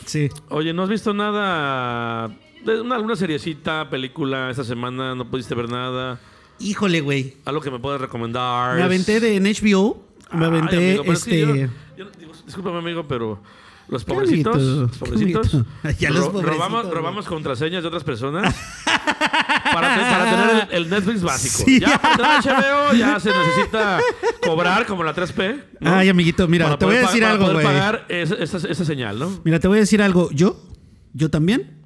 S1: Sí.
S2: Oye, ¿no has visto nada? De una, alguna seriecita, película esta semana? ¿No pudiste ver nada?
S1: Híjole, güey.
S2: ¿Algo que me puedas recomendar?
S1: Me aventé de, en HBO. Me
S2: Ay,
S1: aventé
S2: amigo, pero es que
S1: este.
S2: yo no- yo no- discúlpame, amigo, pero los
S1: Qué
S2: pobrecitos,
S1: bonito,
S2: los
S1: qué
S2: pobrecitos,
S1: bonito. *laughs* Ya los pobrecitos,
S2: robamos,
S1: güey.
S2: robamos contraseñas de otras personas
S1: *laughs*
S2: para, te- para tener el, el Netflix básico.
S1: Sí.
S2: Ya pues, ah, para tener HBO ya se necesita cobrar como la 3P. ¿no?
S1: Ay, amiguito, Ah, mira,
S2: Para
S1: te voy
S2: poder
S1: a
S2: pa-
S1: decir
S2: para
S1: algo,
S2: poder
S1: güey.
S2: pagar esa, esa- esa señal, ¿no?
S1: Mira, te voy a decir algo. Yo, yo también,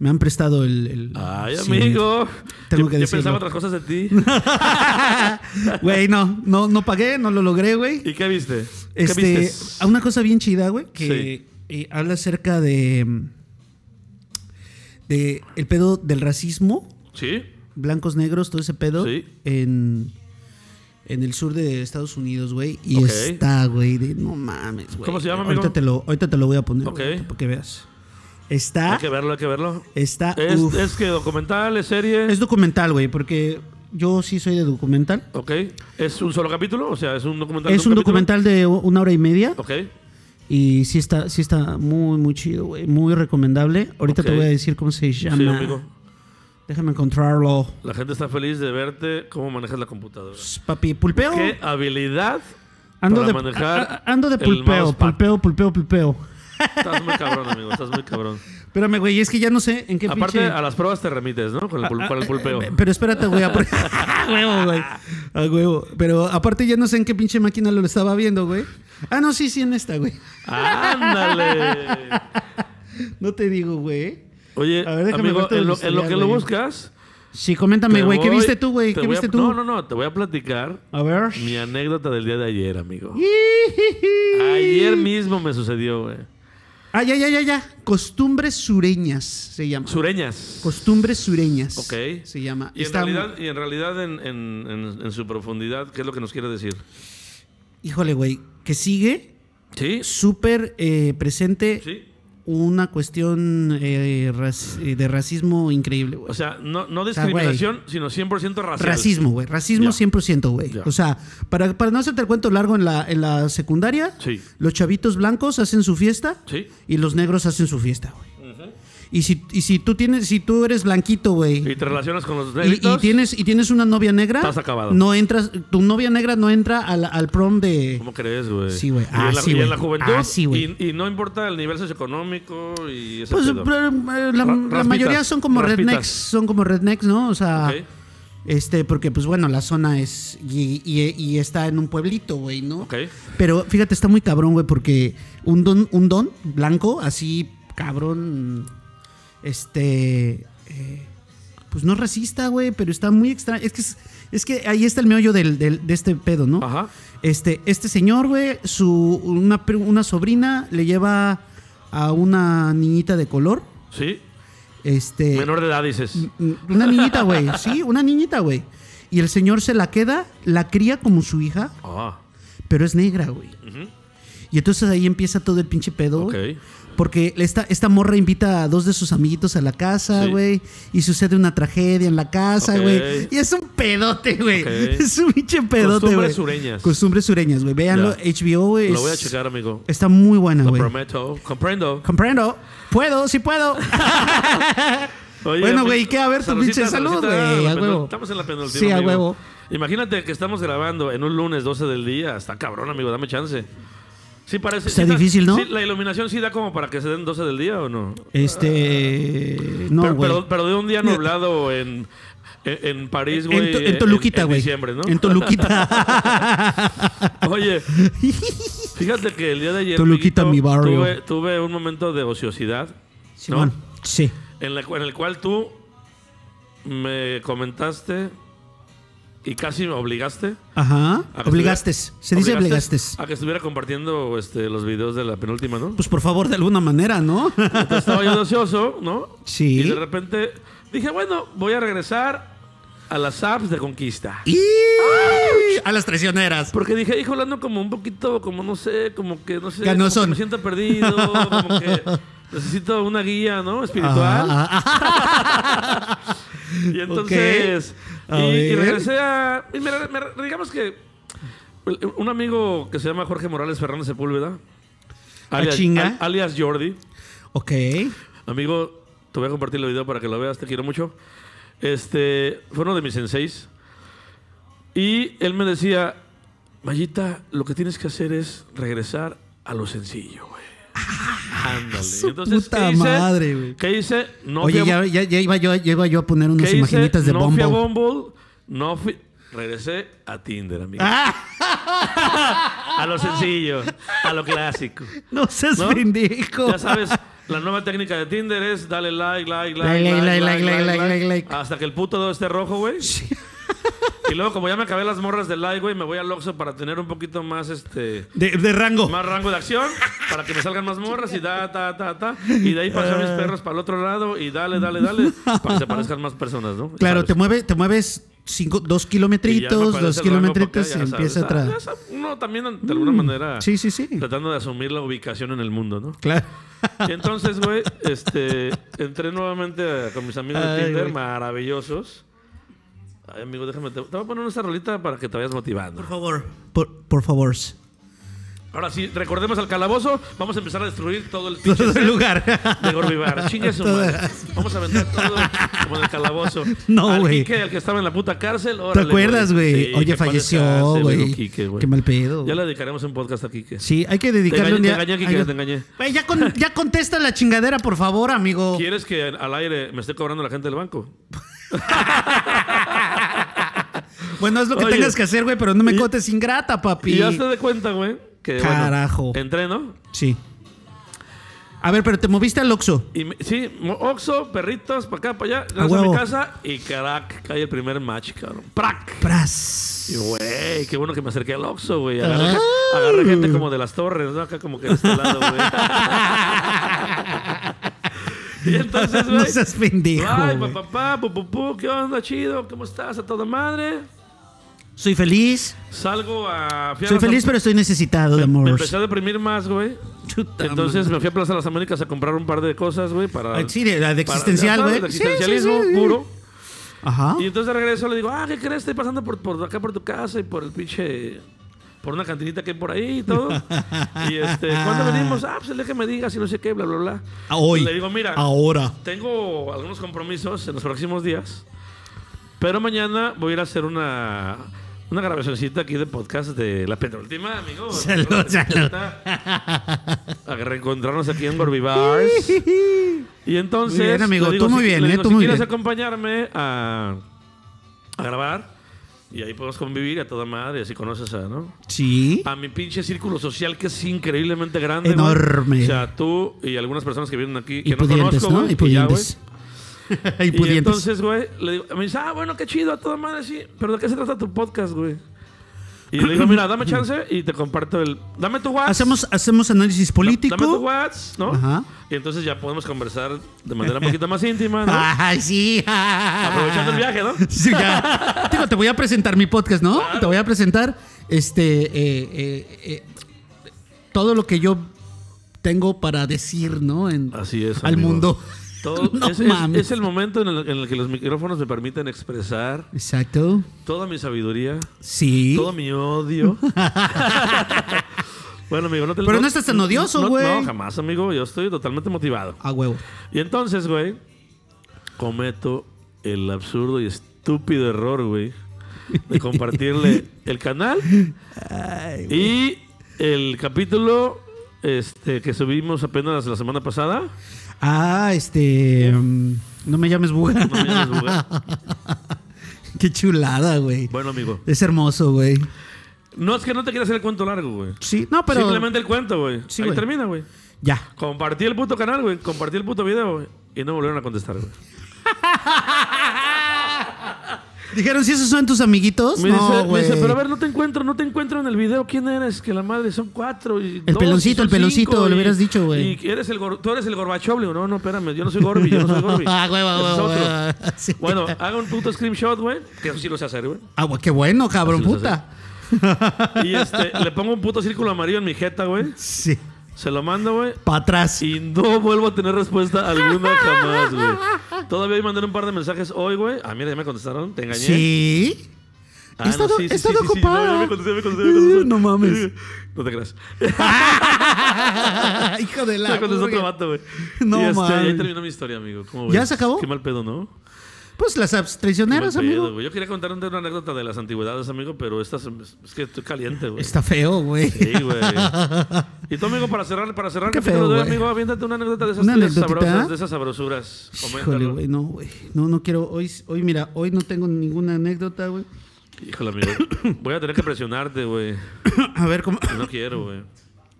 S1: me han prestado el. el-
S2: Ay,
S1: sí.
S2: amigo.
S1: Tengo
S2: yo,
S1: que
S2: yo
S1: decirlo.
S2: pensaba otras cosas de ti.
S1: *laughs* Güey, no, no, no pagué, no lo logré, güey.
S2: ¿Y qué viste? ¿Qué
S1: Este,
S2: viste?
S1: a una cosa bien chida, güey, que
S2: Sí.
S1: eh, habla acerca de. mm, de el pedo del racismo,
S2: Sí.
S1: blancos, negros, todo ese pedo.
S2: Sí.
S1: En. En el sur de Estados Unidos, güey. Y
S2: Ok.
S1: está, güey, de no mames, güey.
S2: ¿Cómo se llama, amigo?
S1: ahorita te lo, ahorita te lo voy a poner,
S2: Ok.
S1: güey, para que veas. Está.
S2: Hay que verlo, hay que verlo.
S1: Está.
S2: Es,
S1: ¿Ah? uf.
S2: es que documental, es serie.
S1: Es documental, güey, porque yo sí soy de documental.
S2: Ok. ¿Es un solo capítulo? O sea, es un documental. de
S1: Es un
S2: capítulo?
S1: documental de u- una hora y media
S2: Ok.
S1: y sí está, sí está muy, muy chido, güey. Muy recomendable. Ahorita
S2: Ok.
S1: te voy a decir cómo se
S2: Sí,
S1: llama.
S2: amigo.
S1: Déjame encontrarlo.
S2: La gente está feliz de verte cómo manejas la computadora.
S1: Pues, Papi, pulpeo.
S2: ¿Qué habilidad
S1: Ando,
S2: para
S1: de,
S2: manejar?
S1: a- a- ando de
S2: el
S1: pulpeo,
S2: mousepad?
S1: pulpeo, pulpeo, pulpeo.
S2: Estás muy cabrón, amigo. Estás muy cabrón.
S1: Espérame, güey, es que ya no sé en *laughs* qué
S2: Aparte,
S1: pinche-
S2: a las pruebas te remites, ¿no? Con el, pul- para el pulpeo.
S1: Eh, Pero espérate, güey. A
S2: *laughs*
S1: por- *laughs* A huevo, güey. A huevo. Pero aparte ya no sé en qué pinche máquina lo estaba viendo, güey. Ah, no, sí, sí, en esta, güey. ah.
S2: ¡Ándale!
S1: No te digo, güey.
S2: Oye,
S1: A ver, déjame ver
S2: amigo,
S1: todo
S2: en
S1: el
S2: lo, en lo que
S1: historial,
S2: lo
S1: güey.
S2: buscas.
S1: Sí, coméntame,
S2: te
S1: güey. ¿Qué
S2: voy-
S1: viste tú, güey?
S2: te
S1: ¿Qué
S2: voy a-
S1: viste tú?
S2: No, no, no. Te voy a platicar
S1: A ver.
S2: mi anécdota del día de ayer, amigo. Ayer mismo me sucedió, güey.
S1: Ah, ya, ya, ya, ya. Costumbres sureñas se llama.
S2: Sureñas.
S1: Costumbres sureñas.
S2: Ok.
S1: Se llama.
S2: Y en,
S1: Está-
S2: realidad, y en realidad, en, en- en- en su profundidad, ¿qué es lo que nos quiere decir?
S1: Híjole, güey. Que sigue
S2: Sí,
S1: súper eh, presente
S2: sí.
S1: una cuestión eh, raci- eh, de racismo increíble, güey.
S2: O sea, no, no
S1: sea, güey.
S2: discriminación, sino 100% racial.
S1: Racismo, güey. Racismo
S2: Ya.
S1: 100%, güey.
S2: Ya.
S1: O sea, para, para no hacerte el cuento largo en la, en la secundaria,
S2: Sí.
S1: los chavitos blancos hacen su fiesta
S2: Sí.
S1: y los negros hacen su fiesta, güey. Y si, y si tú tienes, si tú eres blanquito,
S2: Y
S1: güey,
S2: te relacionas con los
S1: y,
S2: negritos.
S1: y tienes, y tienes una novia negra,
S2: Estás acabado.
S1: no entras, tu novia negra no entra al, al prom de.
S2: ¿Cómo crees, güey?
S1: Sí, güey.
S2: Y
S1: Ah,
S2: en la-
S1: sí,
S2: y en
S1: güey.
S2: la juventud.
S1: Ah, sí, güey.
S2: y, y no importa el nivel socioeconómico y ese
S1: Pues
S2: pedo.
S1: pero, eh, la, la
S2: raspitas,
S1: mayoría son como
S2: raspitas.
S1: rednecks, son como rednecks, ¿no? O sea,
S2: Ok.
S1: este, porque pues bueno, la zona es y, y- y está en un pueblito, güey, ¿no?
S2: Ok.
S1: Pero fíjate, está muy cabrón, güey, porque un don, un don blanco, así cabrón, este, eh, pues no racista, güey, pero está muy extraño. Es que es, es que ahí está el meollo del, del- de este pedo, ¿no?
S2: Ajá.
S1: Este, este señor, güey, su una, pri- una sobrina le lleva a una niñita de color,
S2: Sí.
S1: este,
S2: Menor de edad, dices.
S1: m- una niñita, güey, sí, una niñita, güey. Y el señor se la queda, la cría como su hija,
S2: Ah.
S1: pero es negra, güey.
S2: Ujú.
S1: Y entonces ahí empieza todo el pinche pedo,
S2: Ok.
S1: güey. Porque esta, esta morra invita a dos de sus amiguitos a la casa,
S2: Sí.
S1: güey. Y sucede una tragedia en la casa,
S2: Ok.
S1: güey. Y es un pedote, güey.
S2: Ok.
S1: *laughs* Es un pinche pedote, güey.
S2: Costumbres sureñas.
S1: Costumbres sureñas, güey. Véanlo,
S2: Ya.
S1: HBO, güey.
S2: Lo
S1: es-
S2: voy a checar, amigo.
S1: Está muy buena,
S2: Lo
S1: eh, güey.
S2: prometo. Comprendo.
S1: Comprendo. Puedo, sí
S2: *laughs*
S1: puedo.
S2: Oye,
S1: Bueno,
S2: pues,
S1: güey, ¿qué? A ver tu
S2: saludcita,
S1: pinche salud,
S2: saludcita,
S1: güey,
S2: la
S1: a
S2: penul-
S1: huevo.
S2: Estamos en la penúltima.
S1: Sí, a
S2: amigo.
S1: huevo.
S2: Imagínate que estamos grabando en un lunes 12 del día. Está cabrón, amigo, dame chance. Sí parece...
S1: Está
S2: sí
S1: difícil, ¿no?
S2: sí, la iluminación sí da como para que se den 12 del día, ¿o no?
S1: Este. No,
S2: pero,
S1: güey.
S2: pero, pero de un día nublado en, en, en París, güey.
S1: En, to- en Toluquita,
S2: en-
S1: güey.
S2: En diciembre, ¿no?
S1: En Toluquita.
S2: *laughs*
S1: *laughs*
S2: Oye, fíjate que el día de ayer...
S1: Toluquita,
S2: amiguito,
S1: mi barrio.
S2: Tuve, tuve un momento de ociosidad. ¿no?
S1: Simón.
S3: Sí.
S2: En, la cu- en el cual tú me comentaste y casi me obligaste.
S1: Ajá.
S2: a que
S1: Obligaste.
S2: estuviera-
S1: Se dice
S2: obligaste
S1: obligaste.
S2: A que estuviera compartiendo este, los videos de la penúltima, ¿no?
S1: Pues por favor, de alguna manera, ¿no?
S2: Entonces, estaba yo de ocioso, ¿no?
S1: Sí.
S2: Y de repente dije, bueno, voy a regresar a las apps de conquista.
S1: y a las traicioneras.
S2: Porque dije, hijo, hablando como un poquito, como no sé, como que no sé. como
S1: Ganosón.
S2: que me siento perdido, como que necesito una guía, ¿no? Espiritual.
S1: Ajá, ajá.
S2: Y entonces.
S1: Ok. A
S2: y- Y,
S1: ver.
S2: regresé a. y me re- me re- digamos que. el- Un amigo que se llama Jorge Morales Fernández Sepúlveda.
S1: Ah, chinga.
S2: al- alias Jordi.
S1: *laughs* Ok.
S2: Amigo, te voy a compartir el video para que lo veas, te quiero mucho. Este, fue uno de mis senseis. Y él me decía, Mayita, lo que tienes que hacer es regresar a lo sencillo,
S1: *laughs*
S2: güey. Ándale.
S1: su puta madre, güey.
S2: ¿Qué hice? No fui
S1: Oye,
S2: a-
S1: ya, ya, ya iba yo, ya iba yo a poner
S2: ¿qué
S1: unas
S2: hice?
S1: imaginitas de
S2: no
S1: bombo.
S2: fui a Bumble, no fui... Regresé a Tinder, amigo.
S1: Ah.
S2: *laughs* A lo sencillo, a lo clásico.
S1: No seas
S2: ¿No?
S1: pendejo.
S2: Ya sabes, la nueva técnica de Tinder es dale like, like, like,
S1: Like, like,
S2: like, like,
S1: like,
S2: like,
S1: like,
S2: like,
S1: like, like.
S2: Hasta que el puto dedo esté rojo, güey. Y luego, como ya me acabé las morras del like, güey, me voy al Oxxo para tener un poquito más, este...
S1: De, de rango.
S2: Más rango de acción para que me salgan más morras y da, ta, ta, ta. Y de ahí paso a
S1: Ah.
S2: mis perros para el otro lado y dale, dale, dale. Para que se parezcan más personas, ¿no?
S1: Claro, te
S2: ¿Sabes?
S1: mueve, te mueves cinco, dos
S2: Y ya me
S1: kilometritos,
S2: parece
S1: dos
S2: el rango para acá,
S1: kilometritos
S2: ya
S1: y empieza
S2: sabes. Ah,
S1: atrás.
S2: ya sabes, Uno también, de alguna manera,
S1: Sí, sí, sí.
S2: tratando de asumir la ubicación en el mundo, ¿no?
S1: Claro.
S2: Y entonces, güey, este, entré nuevamente a- con mis amigos de
S1: Ay,
S2: Tinder,
S1: güey.
S2: maravillosos. Ay, amigo, déjame, te, te voy a poner esta rolita para que te vayas motivando.
S1: Por favor. Por, por favor.
S2: Ahora sí, recordemos al calabozo, vamos a empezar a destruir todo el pinche
S1: Todo
S2: set
S1: el lugar. *laughs*
S2: de Gorbivar. Chingue su madre. Vamos a vender todo como en el calabozo.
S1: No,
S2: Al
S1: güey.
S2: Quique, el que estaba en la puta cárcel.
S1: ¿Te
S2: órale,
S1: acuerdas, güey?
S2: Sí, que
S1: Oye,
S2: en paz descanse,
S1: falleció, güey.
S2: don Quique, güey.
S1: Qué mal pedo.
S2: Ya le dedicaremos un podcast a Quique.
S1: Sí, hay que dedicarle
S2: engañé,
S1: un día.
S2: te engañé, Kike,
S1: Ay,
S2: te engañé.
S1: Güey, ya, con- ya contesta la chingadera, por favor, amigo.
S2: ¿Quieres que al aire me esté cobrando la gente del banco?
S1: Bueno, es lo que
S2: Oye.
S1: tengas que hacer, güey, pero no me cotes ingrata, papi.
S2: Y ya te de cuenta, güey, que bueno,
S1: Carajo.
S2: entré, ¿no?
S1: Sí. A ver, pero te moviste al Oxxo.
S2: Y me- sí, mo- Oxxo, perritos, para acá, para allá, regreso a,
S1: huevo.
S2: mi casa y crack, cae el primer match, cabrón. ¡Prac! *laughs*
S1: Pras.
S2: Y güey, qué bueno que me acerqué al Oxxo, güey. Agarré, agarré gente como de las torres, ¿no? Acá como que de este lado,
S1: *laughs*
S2: güey. y entonces, güey.
S1: no seas pendejo.
S2: Ay,
S1: güey.
S2: papá, pu, pu, pu, ¿qué onda, chido? ¿Cómo estás? A toda madre.
S1: Soy feliz.
S2: Salgo a... fui a
S1: Soy
S2: las-
S1: feliz, pero estoy necesitado de
S2: Me
S1: amor.
S2: empecé a deprimir más, güey.
S1: Chuta
S2: Em, Entonces
S1: madre.
S2: me fui a Plaza de las Américas a comprar un par de cosas, güey, para...
S1: Ay, sí, de, de
S2: para-
S1: existencial,
S2: ya
S1: güey.
S2: sabes, de
S1: Sí,
S2: Existencialismo
S1: sí, sí, sí.
S2: puro.
S1: Ajá.
S2: Y entonces de regreso le digo, ah, ¿qué crees? Estoy pasando por, por acá por tu casa y por el pinche... Por una cantinita que hay por ahí y
S1: *laughs*
S2: todo. y este, ¿cuándo venimos? Ah, pues el día que me digas y no sé qué, bla, bla, bla.
S1: A Ah, Hoy.
S2: Le digo, mira,
S1: Ahora.
S2: tengo algunos compromisos en los próximos días. Pero mañana voy a ir a hacer una... Una grabacioncita aquí de podcast de La
S1: *laughs*
S2: Penúltima, amigo.
S1: Salud,
S2: La Penúltima.
S1: salud.
S2: *laughs* A reencontrarnos aquí en Gorbivars. Y entonces.
S1: Muy bien, amigo.
S2: le
S1: Tú muy
S2: si-
S1: bien,
S2: le
S1: ¿eh?
S2: digo,
S1: Tú
S2: si
S1: muy
S2: quieres
S1: bien.
S2: acompañarme a, a grabar y ahí podemos convivir a toda madre, así conoces a, ¿no?
S1: *laughs* Sí.
S2: A mi pinche círculo social que es increíblemente grande. güey.
S1: Enorme.
S2: O sea, tú y algunas personas que vienen aquí que
S1: Y
S2: no
S1: pudientes,
S2: conozco,
S1: ¿no?
S2: güey,
S1: Y
S2: que ya, güey.
S1: pudientes. *laughs* Y
S2: Y,
S1: pudientes.
S2: entonces, güey, le digo, me dice, ah, bueno, qué chido, a toda madre, sí. Pero ¿de qué se trata tu podcast, güey? Y le digo, mira, dame chance y te comparto el. Dame tu WhatsApp.
S1: Hacemos, hacemos análisis político.
S2: Dame tu WhatsApp, ¿no?
S1: Ajá.
S2: Y entonces ya podemos conversar de manera un poquito más
S1: *laughs*
S2: íntima, ¿no?
S1: Ay, sí.
S2: Aprovechando
S1: Aprovechando
S2: el viaje, ¿no?
S1: Sí, ya. Digo, te voy a presentar mi podcast, ¿no? Te voy a presentar este eh, eh, eh, todo lo que yo tengo para decir, ¿no? En-
S2: Así es.
S1: Al
S2: amigo.
S1: mundo.
S2: Todo-
S1: *laughs* No
S2: es, es-
S1: mames.
S2: es el momento en el, en el que los micrófonos me permiten expresar
S1: Exacto.
S2: toda mi sabiduría,
S1: Sí.
S2: todo mi
S1: *laughs*
S2: odio. *laughs* bueno, amigo, no te
S1: Pero no estás tan odioso,
S2: no-
S1: güey.
S2: No, jamás, amigo. Yo estoy totalmente motivado.
S1: A huevo.
S2: Y entonces, güey, cometo el absurdo y estúpido error, güey, de
S1: *laughs*
S2: compartirle el canal y el capítulo este, que subimos apenas la semana pasada.
S1: Ah, este. mm, no me llames buga.
S2: No me
S1: *laughs*
S2: llames buga.
S1: Qué chulada, güey.
S2: Bueno, amigo.
S1: Es hermoso, güey.
S2: No es que no te quiera hacer el cuento largo, güey.
S1: Sí, no, pero.
S2: Simplemente el cuento, güey.
S1: Sí,
S2: Ahí
S1: güey.
S2: termina, güey.
S1: Ya.
S2: Compartí el puto canal, güey. Compartí el puto video, güey. Y no volvieron a contestar, güey.
S1: Dijeron, si esos son tus amiguitos.
S2: Me,
S1: no,
S2: dice, me
S1: güey.
S2: dice, pero a ver, no te encuentro, no te encuentro en el video. ¿Quién eres? Que la madre son cuatro. Y
S1: El
S2: dos,
S1: peloncito,
S2: y son
S1: el peloncito,
S2: cinco,
S1: lo
S2: y-
S1: hubieras dicho, güey.
S2: Y eres el, gor- tú eres el Gorbachov. Le digo, no, no, espérame, yo no soy Gorbi, yo no soy Gorbi.
S1: *laughs* Ah, güey, güey,
S2: Ese es
S1: güey,
S2: otro.
S1: güey. *laughs* Sí.
S2: Bueno, haga un puto screenshot, güey. Que eso sí lo sé hacer, güey.
S1: Ah, güey, qué bueno, cabrón,
S2: Así los
S1: puta.
S2: Y este, le pongo un puto círculo amarillo en mi jeta, güey.
S1: Sí.
S2: Se lo mando, güey.
S1: Para atrás.
S2: Y no vuelvo a tener respuesta alguna jamás, güey. Todavía mandé un par de mensajes hoy, güey. Ah, mira, ya me contestaron. Te engañé.
S1: Sí.
S2: Ah,
S1: He estado- he estado ocupada.
S2: No, ya me contesté, ya me contesté, ya me contesté.
S1: No mames.
S2: *laughs* No te creas.
S1: *laughs* Hijo de la.
S2: Me contestó otro
S1: burger.
S2: vato, güey.
S1: *laughs* No
S2: Y este,
S1: mames.
S2: Ahí terminó mi historia, amigo. ¿Cómo
S1: ¿Ya
S2: ves?
S1: se acabó?
S2: Qué mal pedo, ¿no? Qué
S1: Pues las apps
S2: mal
S1: traicioneras,
S2: pedo,
S1: amigo.
S2: güey. Yo quería contar una anécdota de las antigüedades, amigo, pero esta es, es que estoy caliente, güey.
S1: Está feo, güey.
S2: Sí,
S1: *laughs*
S2: güey. Y tú, amigo, para cerrar, para cerrar,
S1: Qué
S2: ¿qué te lo
S1: feo,
S2: doy,
S1: güey.
S2: amigo? Aviéntate una anécdota de esas,
S1: Una
S2: de esas
S1: anecdotita.
S2: sabrosas, de esas sabrosuras.
S1: Híjole,
S2: Coméntalo.
S1: güey, no, güey. No, no quiero. Hoy, hoy, mira, hoy no tengo ninguna anécdota, güey. *clears throat*
S2: Híjole, amigo. Voy a tener que presionarte, güey.
S1: A ver cómo. *clears throat*
S2: No quiero,
S1: *laughs*
S2: güey.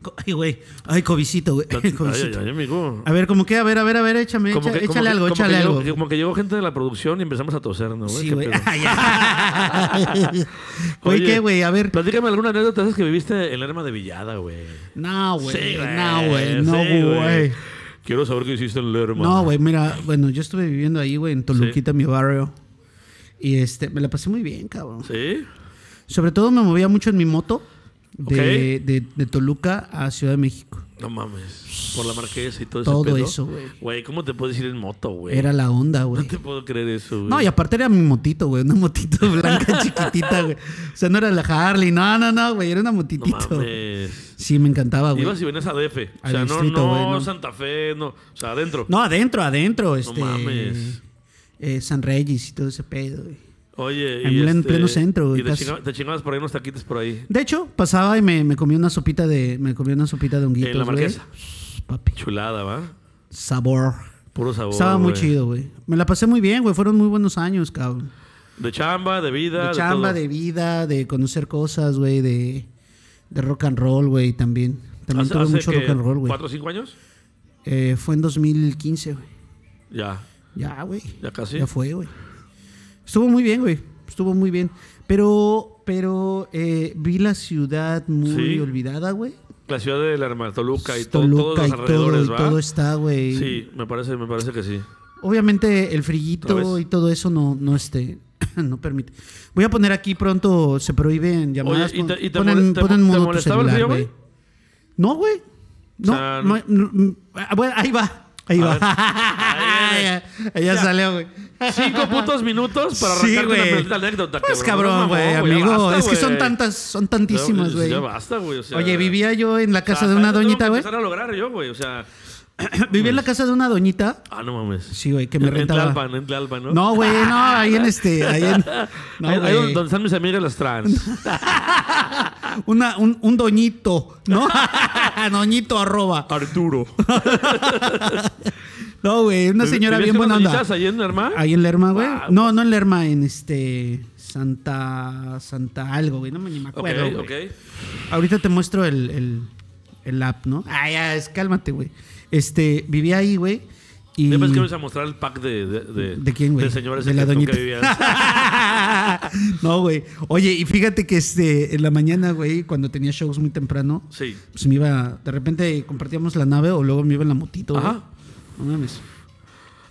S1: co- Ay, güey. Ay, cobicito, güey. *laughs*
S2: Ay,
S1: Cobicito.
S2: ay, ay, amigo.
S1: A ver, como que, a ver, a ver, a ver, échame,
S2: Como
S1: echa-
S2: que- como
S1: échale
S2: que-
S1: algo,
S2: como que
S1: échale
S2: llegó-
S1: algo.
S2: Como que llegó gente de la producción y empezamos a toser, ¿no, güey?
S1: Sí,
S2: ¿Qué
S1: güey.
S2: pedo?
S1: *laughs* Ay, ay. Güey,
S2: Oye,
S1: ¿qué, güey? A ver.
S2: Platícame alguna anécdota de esas que viviste en la Lerma de Villada, güey.
S1: No, güey.
S2: Sí,
S1: no, güey. No,
S2: sí,
S1: güey.
S2: Quiero saber qué hiciste en Lerma.
S1: No, güey, mira, bueno, yo estuve viviendo ahí, güey, en Toluquita, mi barrio. Y este, me la pasé muy bien, cabrón.
S2: ¿Sí?
S1: Sobre todo me movía mucho en mi moto de,
S2: Ok.
S1: de- de Toluca a Ciudad de México.
S2: No mames. Por la marquesa y todo eso.
S1: Todo eso, güey.
S2: Güey, ¿cómo te puedes ir en moto, güey?
S1: Era la onda,
S2: No
S1: güey.
S2: te puedo creer eso, güey.
S1: No, y aparte era mi motito, güey. Una
S2: *laughs*
S1: motito blanca chiquitita, güey. O sea, no era la Harley. No, no, no, güey. Era una
S2: No
S1: motitito.
S2: mames.
S1: sí, me encantaba, güey.
S2: Ibas y venías a DF. O
S1: Al
S2: sea, no,
S1: distrito,
S2: no,
S1: güey, no.
S2: Santa Fe, no. O sea, adentro.
S1: No, adentro, adentro. Este,
S2: mames.
S1: eh, San Reyes y todo ese pedo, güey.
S2: Oye, este,
S1: En plen- pleno centro, güey,
S2: Y te,
S1: casi.
S2: chinga- te chingabas por ahí unos taquitos por ahí.
S1: De hecho, pasaba y me, me comí una sopita de. Me comí una sopita de honguitos.
S2: En la
S1: güey.
S2: Marquesa.
S1: Papi.
S2: Chulada, ¿va?
S1: Sabor.
S2: Puro sabor.
S1: Estaba muy
S2: Oh, güey.
S1: chido, güey. Me la pasé muy bien, güey. Fueron muy buenos años, cabrón.
S2: De chamba, de vida.
S1: De chamba,
S2: todo.
S1: de vida, de conocer cosas, güey. De, de rock and roll, güey, también. También
S2: Hace-
S1: tuve
S2: hace
S1: mucho
S2: que
S1: rock and roll, güey.
S2: ¿Cuatro o cinco años?
S1: Eh, fue en 2015, güey.
S2: Ya,
S1: Ya, güey.
S2: ya casi.
S1: Ya fue, güey. Estuvo muy bien, güey. Estuvo muy bien. Pero, pero eh, vi la ciudad muy
S2: Sí.
S1: olvidada, güey.
S2: La ciudad de Lerma, Toluca y to-
S1: Toluca
S2: todos
S1: y
S2: los alrededores,
S1: todo, y
S2: ¿va?
S1: todo está, güey.
S2: Sí, me parece, me parece que sí.
S1: Obviamente el
S2: Otra
S1: frillito
S2: vez.
S1: y todo eso no, no este, *clears throat* no permite. Voy a poner aquí pronto, se prohíben llamadas.
S2: Oye, ¿y te- y te
S1: ponen,
S2: molest- te
S1: ponen
S2: mo-
S1: modo
S2: te
S1: tu
S2: molestaba el
S1: celular,
S2: frío,
S1: güey.
S2: güey?
S1: No, güey. No,
S2: O sea,
S1: no, no, mm, ah, bueno, ahí va. Ahí
S2: A
S1: va.
S2: ver.
S1: *laughs*
S2: Ahí
S1: ya, ya salió, güey.
S2: Cinco putos minutos para
S1: Sí,
S2: arrancarte
S1: güey.
S2: una anécdota.
S1: Pues
S2: No,
S1: cabrón, güey,
S2: ya
S1: amigo.
S2: basta,
S1: es que son
S2: güey.
S1: tantas, son tantísimas,
S2: Ya-
S1: güey.
S2: Ya basta, güey. o sea,
S1: Oye, vivía yo en la
S2: o sea,
S1: casa de
S2: hasta
S1: una
S2: eso tengo que
S1: doñita, güey.
S2: empezar a lograr yo, güey. O sea,
S1: *clears throat* Vivía en la casa de una doñita.
S2: ah, no mames.
S1: Sí, güey, que me
S2: En-
S1: rentaba.
S2: En Tlalpan, en Tlalpan, ¿no?
S1: No, güey, no, ahí en este, ahí
S2: *laughs*
S1: en. No,
S2: Ahí- ahí
S1: güey.
S2: donde están mis amigas las trans.
S1: *laughs* Una, un, un doñito, ¿no? *laughs* doñito arroba.
S2: Arturo.
S1: No, güey, una señora
S2: ¿Vivías
S1: bien
S2: con
S1: buena
S2: las
S1: onda.
S2: doñitas ahí en Lerma?
S1: Ahí en Lerma, güey.
S2: Wow.
S1: No, no en Lerma, en este. Santa. Santa algo, güey. No me, ni me
S2: Ok,
S1: acuerdo. güey.
S2: ok.
S1: Ahorita te muestro el, el, el app, ¿no? Ah, ya, es, cálmate, güey. Este, vivía ahí, güey. Y.
S2: Ya ves pues, que me ibas a mostrar el pack de... ¿De, de,
S1: ¿De quién, güey?
S2: De señores
S1: De
S2: en
S1: la
S2: que tú que
S1: doñita. *laughs*
S2: vivías.
S1: no, güey. Oye, y fíjate que este, en la mañana, güey, cuando tenía shows muy temprano,
S2: Sí.
S1: pues me iba, de repente compartíamos la nave o luego me iba en la motito. güey.
S2: Ajá.
S1: No mames.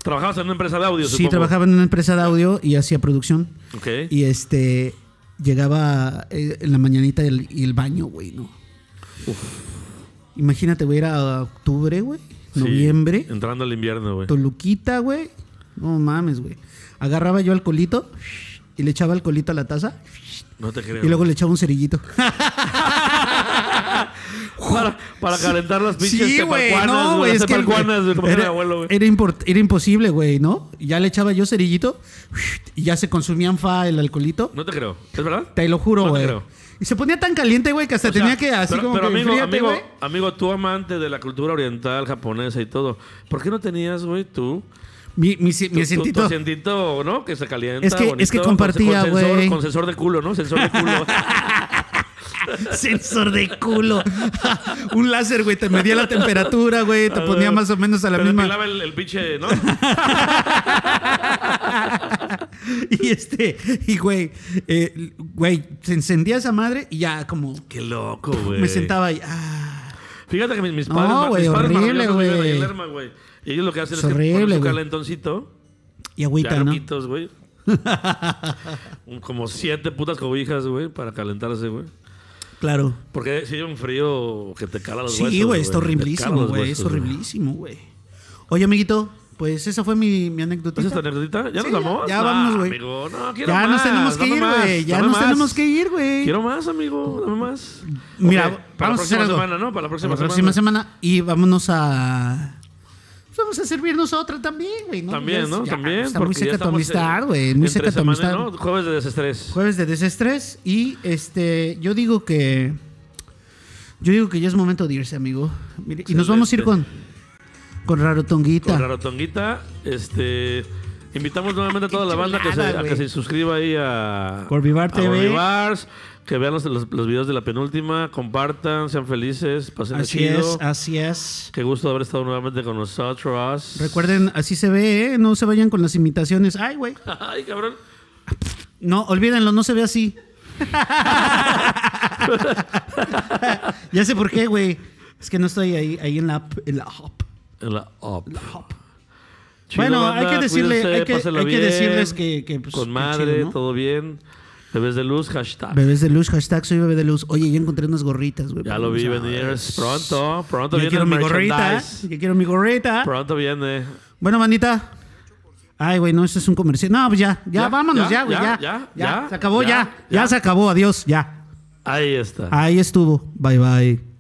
S2: Trabajabas en una empresa de audio,
S1: Sí,
S2: supongo.
S1: trabajaba en una empresa de audio y hacía producción.
S2: Ok.
S1: Y este, llegaba eh, en la mañanita y el, y el baño, güey, ¿no? Imagínate, güey, era octubre, güey,
S2: Sí,
S1: noviembre,
S2: Entrando al invierno, güey.
S1: Toluquita, güey. No mames, güey. Agarraba yo alcoholito y le echaba alcoholito a la taza
S2: No te creo.
S1: y luego le echaba un cerillito.
S2: *laughs* Para, para calentar las pinches
S1: Sí, güey, no, güey. Es que
S2: tepalcuanas, güey, como era mi
S1: era,
S2: abuelo, güey.
S1: era import- era imposible, güey, ¿no? Y Ya le echaba yo cerillito y ya se consumían fa el alcoholito.
S2: No te creo. ¿Es verdad?
S1: Te lo juro,
S2: No te
S1: güey.
S2: creo.
S1: y se ponía tan caliente, güey, que hasta
S2: O sea,
S1: tenía que así
S2: pero,
S1: como
S2: pero
S1: que
S2: amigo,
S1: enfríate,
S2: amigo,
S1: güey.
S2: amigo, tú amante de la cultura oriental, japonesa y todo, ¿por qué no tenías, güey, tú
S1: Mi, mi, mi
S2: tu- tu-
S1: asientito.
S2: tu asientito, ¿no? Que se calienta.
S1: Es que- es
S2: bonito,
S1: que
S2: con- con
S1: compartía,
S2: sensor-
S1: güey. *laughs*
S2: Con sensor de culo, ¿no? Sensor de culo.
S1: *laughs* Sensor de culo. *laughs* un láser, güey, te medía la temperatura, güey, te ponía más o menos a la
S2: Pero
S1: misma.
S2: depilaba el, el pinche, ¿no?
S1: *laughs* y este, y güey, eh, güey, se encendía esa madre y ya como
S2: Qué loco, güey.
S1: me sentaba ahí. Ah,
S2: Fíjate que mis, mis
S1: No,
S2: padres. mis
S1: güey,
S2: padres
S1: horrible,
S2: maravillosos viven
S1: güey.
S2: ahí en Lerma, güey. Y ellos lo que hacen es,
S1: Es
S2: que ponen
S1: horrible,
S2: su
S1: güey.
S2: calentoncito.
S1: y agüita,
S2: ya
S1: ¿no? *laughs*
S2: loquitos, güey. Un- Como siete putas cobijas, güey, para calentarse, güey.
S1: Claro.
S2: Porque si hay un frío que te cala los huesos.
S1: Sí, güey, está
S2: te cala
S1: horriblísimo,
S2: los
S1: güey,
S2: huesos,
S1: es horriblísimo, güey. Oye, amiguito, pues esa fue mi, mi anécdota.
S2: ¿Esa es tu anécdota? ¿Ya
S1: Sí,
S2: nos vamos?
S1: ya vámonos, güey.
S2: Amigo, no, quiero
S1: Ya
S2: más.
S1: nos tenemos que
S2: dame
S1: ir,
S2: más,
S1: güey. Ya
S2: dame
S1: nos
S2: más.
S1: tenemos que ir, güey.
S2: Quiero más, amigo. Dame más.
S1: Mira,
S2: Ok,
S1: vamos
S2: para
S1: a
S2: la
S1: hacer
S2: próxima
S1: algo.
S2: semana, ¿no? Para la próxima,
S1: la próxima
S2: semana.
S1: semana. y vámonos a pues vamos a servirnos otra también, güey, ¿no? Ya
S2: También,
S1: es-
S2: ¿no?
S1: ya,
S2: También.
S1: Está muy
S2: porque ya
S1: cerca tu
S2: estamos,
S1: amistad,
S2: eh,
S1: güey, muy
S2: entre
S1: cerca tu
S2: semana,
S1: amistad.
S2: ¿no? Jueves de desestrés.
S1: Jueves de desestrés y este yo digo que yo digo que ya es momento de irse, amigo. Mire, y nos vamos a ir con
S2: Excelente.
S1: con Rarotonguita.
S2: Con Rarotonguita, este. Invitamos nuevamente a toda la banda que se,
S1: chulada,
S2: a que
S1: güey.
S2: se suscriba ahí a
S1: Corbivar
S2: a
S1: TV.
S2: Corbivars, que vean los, los- los videos de la penúltima, compartan, sean felices, pasen
S1: así
S2: chido.
S1: es, así es.
S2: Qué gusto haber estado nuevamente con nosotros.
S1: Recuerden, así se ve, ¿eh? No se vayan con las imitaciones. Ay, güey.
S2: *laughs* Ay, cabrón.
S1: No, olvídenlo, no se ve así. ya sé por qué, güey. Es que no estoy ahí, ahí en la app. en la app.
S2: En la op. Chido,
S1: Bueno, hay
S2: banda,
S1: que decirle,
S2: cuídense,
S1: hay que,
S2: pásenla
S1: hay que
S2: bien.
S1: decirles que, que, pues,
S2: con
S1: que
S2: madre,
S1: chido, ¿no?
S2: todo bien. Bebés de luz, hashtag.
S1: Bebés de luz, hashtag soy bebé de luz. Oye, ya encontré unas gorritas, güey.
S2: ya lo vi venir. Pronto, pronto
S1: Yo
S2: viene
S1: quiero
S2: el
S1: mi gorrita.
S2: merchandise.
S1: Yo quiero mi gorrita.
S2: Pronto viene.
S1: Bueno, bandita. Ay, güey, no, esto es un comercial. No, pues ya, ya,
S2: Ya,
S1: vámonos,
S2: ya,
S1: ya, güey, ya.
S2: ya,
S1: Ya,
S2: ya,
S1: se acabó, ya,
S2: ya,
S1: ya.
S2: ya.
S1: se acabó, adiós, ya.
S2: Ahí está.
S1: Ahí estuvo. Bye, bye.